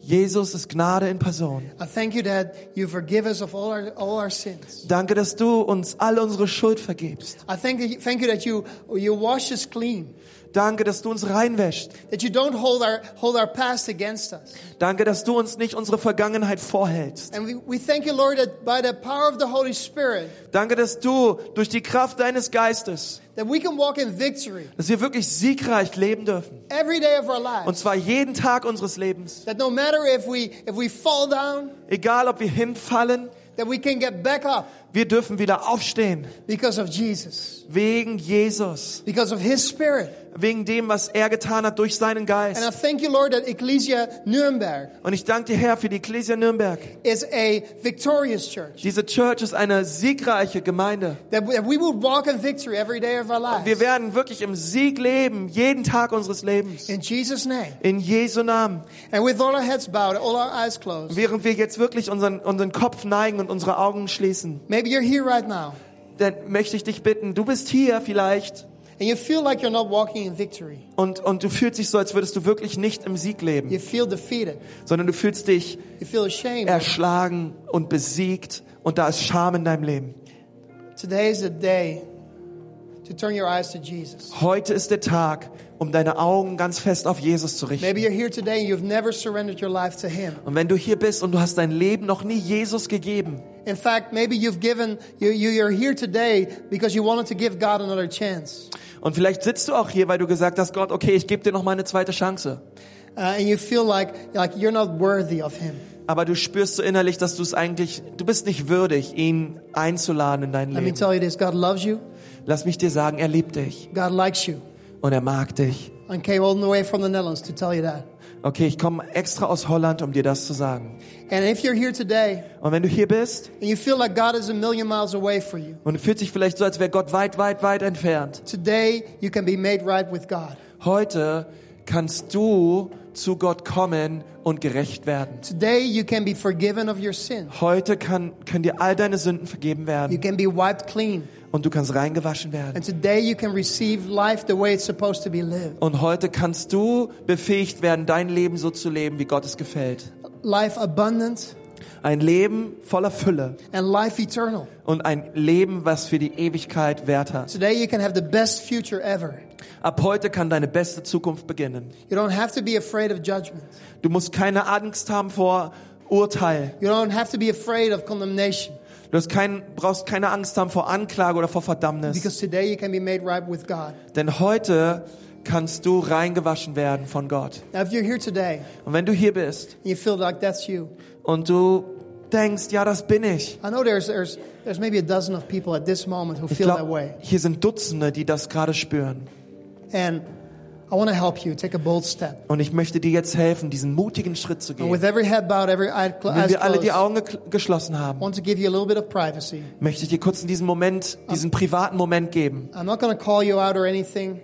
Speaker 1: Jesus ist Gnade in Person.
Speaker 2: I thank you that you forgive us of all our, all our sins.
Speaker 1: Danke, dass du uns all unsere Schuld vergibst.
Speaker 2: I thank you, thank you that you, you wash us clean,
Speaker 1: Danke, dass du uns reinwäschst.
Speaker 2: that you don't hold our, hold our past against us.
Speaker 1: Danke, dass du uns nicht unsere Vergangenheit vorhältst.
Speaker 2: And we, we thank you, Lord, that by the power of the Holy Spirit,
Speaker 1: Danke, dass du durch die Kraft deines Geistes,
Speaker 2: that we can walk in victory
Speaker 1: dass wir wirklich siegreich leben dürfen.
Speaker 2: every day of our
Speaker 1: Und
Speaker 2: lives.
Speaker 1: zwar jeden Tag unseres Lebens.
Speaker 2: That no matter if we, if we fall down,
Speaker 1: Egal, ob wir hinfallen,
Speaker 2: that we can get back up
Speaker 1: wir dürfen wieder aufstehen.
Speaker 2: because of Jesus,
Speaker 1: Wegen Jesus.
Speaker 2: because of His Spirit.
Speaker 1: Wegen dem, was er getan hat durch seinen
Speaker 2: And I
Speaker 1: Geist.
Speaker 2: thank you, Lord, that Ecclesia Nuremberg
Speaker 1: Und ich danke dir, Herr, für die Ecclesia Nürnberg.
Speaker 2: is a victorious church.
Speaker 1: Diese Church ist eine siegreiche Gemeinde.
Speaker 2: That we, that we would walk in victory every day of our lives.
Speaker 1: Wir werden wirklich im Sieg leben, jeden Tag unseres Lebens.
Speaker 2: In Jesus' name.
Speaker 1: In Jesu Namen.
Speaker 2: And with all our heads bowed, all our eyes closed,
Speaker 1: Während wir jetzt wirklich unseren, unseren Kopf neigen und unsere Augen schließen,
Speaker 2: maybe you're here right now
Speaker 1: dann möchte ich dich bitten, du bist hier vielleicht
Speaker 2: and you feel like you're not walking in victory.
Speaker 1: und, und du fühlst dich so, als würdest du wirklich nicht im Sieg leben.
Speaker 2: You feel defeated.
Speaker 1: sondern du fühlst dich
Speaker 2: You feel ashamed.
Speaker 1: erschlagen und besiegt und da ist Scham in deinem Leben.
Speaker 2: Today is the day to turn your eyes to Jesus.
Speaker 1: Heute ist der Tag, um deine Augen ganz fest auf Jesus zu richten.
Speaker 2: Maybe you're here today and you've never surrendered your life to Him.
Speaker 1: Und wenn du hier bist und du hast dein Leben noch nie Jesus gegeben,
Speaker 2: In fact, maybe you've given, you, you, you're here today because you wanted to give God another chance.
Speaker 1: und vielleicht sitzt du auch hier, weil du gesagt hast, Gott, okay, ich gebe dir noch mal eine zweite Chance,
Speaker 2: Uh, and you feel like, like you're not worthy of Him.
Speaker 1: aber du spürst so innerlich, dass du es eigentlich, du bist nicht würdig, ihn einzuladen in dein
Speaker 2: Let me
Speaker 1: Leben.
Speaker 2: tell you this God loves you,
Speaker 1: Lass mich dir sagen, er liebt dich
Speaker 2: God likes you.
Speaker 1: und er mag dich.
Speaker 2: I came all the way from the Netherlands to tell you that.
Speaker 1: Okay, ich komme extra aus Holland, um dir das zu sagen.
Speaker 2: And if you're here today
Speaker 1: Und wenn du hier bist
Speaker 2: and you feel like God is a million miles away for you,
Speaker 1: und du fühlst dich vielleicht so, als wäre Gott weit, weit, weit entfernt,
Speaker 2: today you can be made right with God.
Speaker 1: Heute kannst du zu Gott kommen und gerecht werden.
Speaker 2: Today you can be forgiven of your sin.
Speaker 1: Heute kann, können dir all deine Sünden vergeben
Speaker 2: You
Speaker 1: werden
Speaker 2: can be wiped clean.
Speaker 1: und du kannst reingewaschen werden.
Speaker 2: And today you can receive life the way it's supposed to be lived.
Speaker 1: Und heute kannst du befähigt werden, dein Leben so zu leben, wie Gott es gefällt.
Speaker 2: Life abundant
Speaker 1: Ein Leben voller Fülle
Speaker 2: and life eternal.
Speaker 1: und ein Leben, was für die Ewigkeit Wert hat.
Speaker 2: Today you can have the best future ever.
Speaker 1: Ab heute kann deine beste Zukunft beginnen.
Speaker 2: You don't have to be afraid of judgment.
Speaker 1: Du musst keine Angst haben vor Urteil.
Speaker 2: You don't have to be afraid of condemnation.
Speaker 1: Du hast kein, brauchst keine Angst haben vor Anklage oder vor Verdammnis.
Speaker 2: Because today you can be made right with God.
Speaker 1: Denn heute kannst du reingewaschen werden von Gott.
Speaker 2: Now, if you're here today
Speaker 1: Und wenn du hier bist
Speaker 2: and you feel like that's you,
Speaker 1: und du denkst, ja, das bin ich.
Speaker 2: I know there's, there's, there's maybe a dozen of people at this moment who
Speaker 1: Ich
Speaker 2: feel that
Speaker 1: glaube,
Speaker 2: way.
Speaker 1: hier sind Dutzende, die das gerade spüren.
Speaker 2: And I want to help you take a bold step.
Speaker 1: Und ich möchte dir jetzt helfen, diesen mutigen Schritt zu
Speaker 2: And
Speaker 1: gehen.
Speaker 2: with every head bowed, every eye cl-
Speaker 1: Wenn
Speaker 2: eyes
Speaker 1: wir alle
Speaker 2: closed,
Speaker 1: die
Speaker 2: I
Speaker 1: Augen gekl- geschlossen haben,
Speaker 2: want to give you a little bit of privacy.
Speaker 1: möchte ich dir kurz in diesem Moment, diesen privaten Moment geben.
Speaker 2: I'm not going to call you out or anything.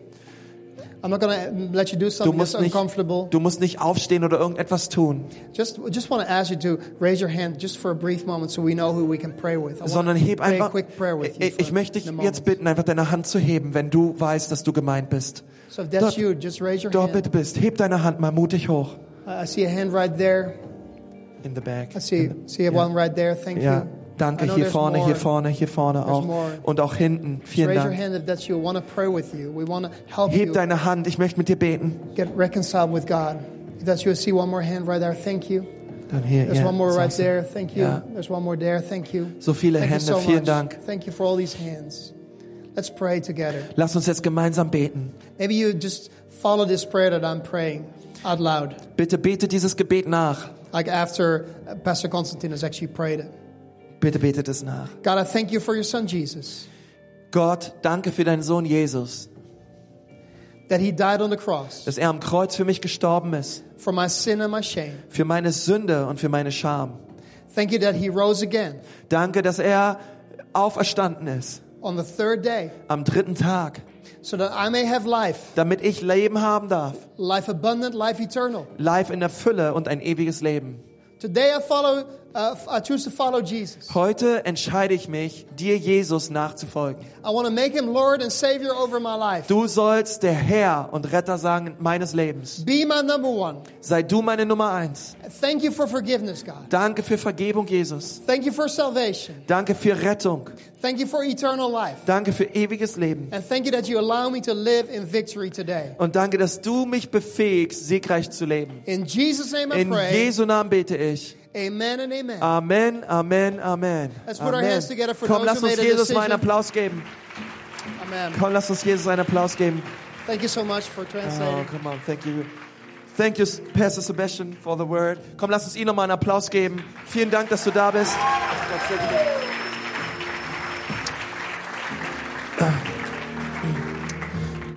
Speaker 2: I'm not going to let you do
Speaker 1: Du
Speaker 2: something that's
Speaker 1: musst nicht,
Speaker 2: uncomfortable.
Speaker 1: du musst nicht aufstehen oder irgendetwas tun,
Speaker 2: Just, just want to ask you to raise your hand just for a brief moment so we know who we can pray with. I
Speaker 1: sondern
Speaker 2: want to
Speaker 1: heb
Speaker 2: pray a
Speaker 1: einfach.
Speaker 2: quick prayer with you
Speaker 1: Ich, ich
Speaker 2: for
Speaker 1: möchte dich
Speaker 2: a moment.
Speaker 1: jetzt bitten, einfach deine Hand zu heben, wenn du weißt, dass du gemeint bist.
Speaker 2: So if that's
Speaker 1: Dort-
Speaker 2: you, just raise your
Speaker 1: Dort
Speaker 2: hand.
Speaker 1: bitte bist, heb deine Hand mal mutig hoch.
Speaker 2: I I see a hand right there.
Speaker 1: In the back.
Speaker 2: I see, see one right there. Thank
Speaker 1: Ja,
Speaker 2: you. I
Speaker 1: danke.
Speaker 2: know
Speaker 1: Hier
Speaker 2: there's
Speaker 1: vorne,
Speaker 2: more.
Speaker 1: hier vorne, hier vorne auch.
Speaker 2: more.
Speaker 1: Und auch hinten.
Speaker 2: Just
Speaker 1: Vielen
Speaker 2: raise your
Speaker 1: Dank.
Speaker 2: hand if that's you. We want to pray with you. We want to help
Speaker 1: Heb
Speaker 2: you
Speaker 1: deine Hand, ich möchte mit dir beten.
Speaker 2: get reconciled with God. If that's you, I see one more hand right there. Thank you.
Speaker 1: Dann hier,
Speaker 2: There's
Speaker 1: ja,
Speaker 2: one more right
Speaker 1: sagst du.
Speaker 2: there. Thank you.
Speaker 1: Ja.
Speaker 2: There's one more there. Thank you.
Speaker 1: So viele
Speaker 2: Thank you
Speaker 1: Hände,
Speaker 2: so
Speaker 1: vielen
Speaker 2: much.
Speaker 1: Dank.
Speaker 2: Thank you for all these hands. Let's pray together.
Speaker 1: Lass uns jetzt gemeinsam beten.
Speaker 2: Maybe you just follow this prayer that I'm praying out loud,
Speaker 1: Bitte bete dieses Gebet nach.
Speaker 2: like after uh, Pastor Constantine has actually prayed it.
Speaker 1: Bitte betet es nach.
Speaker 2: God, I thank you for your son Jesus,
Speaker 1: Gott, danke für deinen Sohn Jesus,
Speaker 2: that he died on the cross
Speaker 1: dass er am Kreuz für mich gestorben ist,
Speaker 2: for my sin and my shame.
Speaker 1: für meine Sünde und für meine Scham.
Speaker 2: Thank you that he rose again
Speaker 1: Danke, dass er auferstanden ist
Speaker 2: on the third day
Speaker 1: am dritten Tag,
Speaker 2: so that I may have life,
Speaker 1: damit ich Leben haben darf.
Speaker 2: life abundant, life eternal.
Speaker 1: Life in der Fülle und ein ewiges Leben.
Speaker 2: Today I follow, uh, I choose to follow Jesus.
Speaker 1: Heute entscheide ich mich, dir Jesus nachzufolgen.
Speaker 2: I want to make him Lord and Savior over my life.
Speaker 1: Du sollst der Herr und Retter sagen meines Lebens.
Speaker 2: Be my number one.
Speaker 1: Sei du meine Nummer eins.
Speaker 2: Thank you for forgiveness, God.
Speaker 1: Danke für Vergebung, Jesus.
Speaker 2: Thank you for salvation.
Speaker 1: Danke für Rettung.
Speaker 2: Thank you for eternal life.
Speaker 1: Danke für ewiges Leben.
Speaker 2: And thank you that you allow me to live in victory today.
Speaker 1: Und danke, dass du mich befähigst, siegreich zu leben.
Speaker 2: In Jesus' name I
Speaker 1: In
Speaker 2: pray.
Speaker 1: Jesu Namen bete ich.
Speaker 2: Amen and amen.
Speaker 1: Amen, Amen, Amen.
Speaker 2: Let's put our
Speaker 1: Amen.
Speaker 2: hands together for
Speaker 1: Komm,
Speaker 2: those
Speaker 1: lass
Speaker 2: who
Speaker 1: uns
Speaker 2: made a
Speaker 1: Jesus mal einen
Speaker 2: decision.
Speaker 1: Applaus geben.
Speaker 2: Amen.
Speaker 1: Komm, lass uns Jesus einen Applaus geben.
Speaker 2: Thank you so much for
Speaker 1: Oh,
Speaker 2: translating.
Speaker 1: come on, thank you. Thank you, Pastor Sebastian, for the word. Komm, lass uns ihm nochmal einen Applaus geben. Vielen Dank, dass du da bist. Gott segne dich.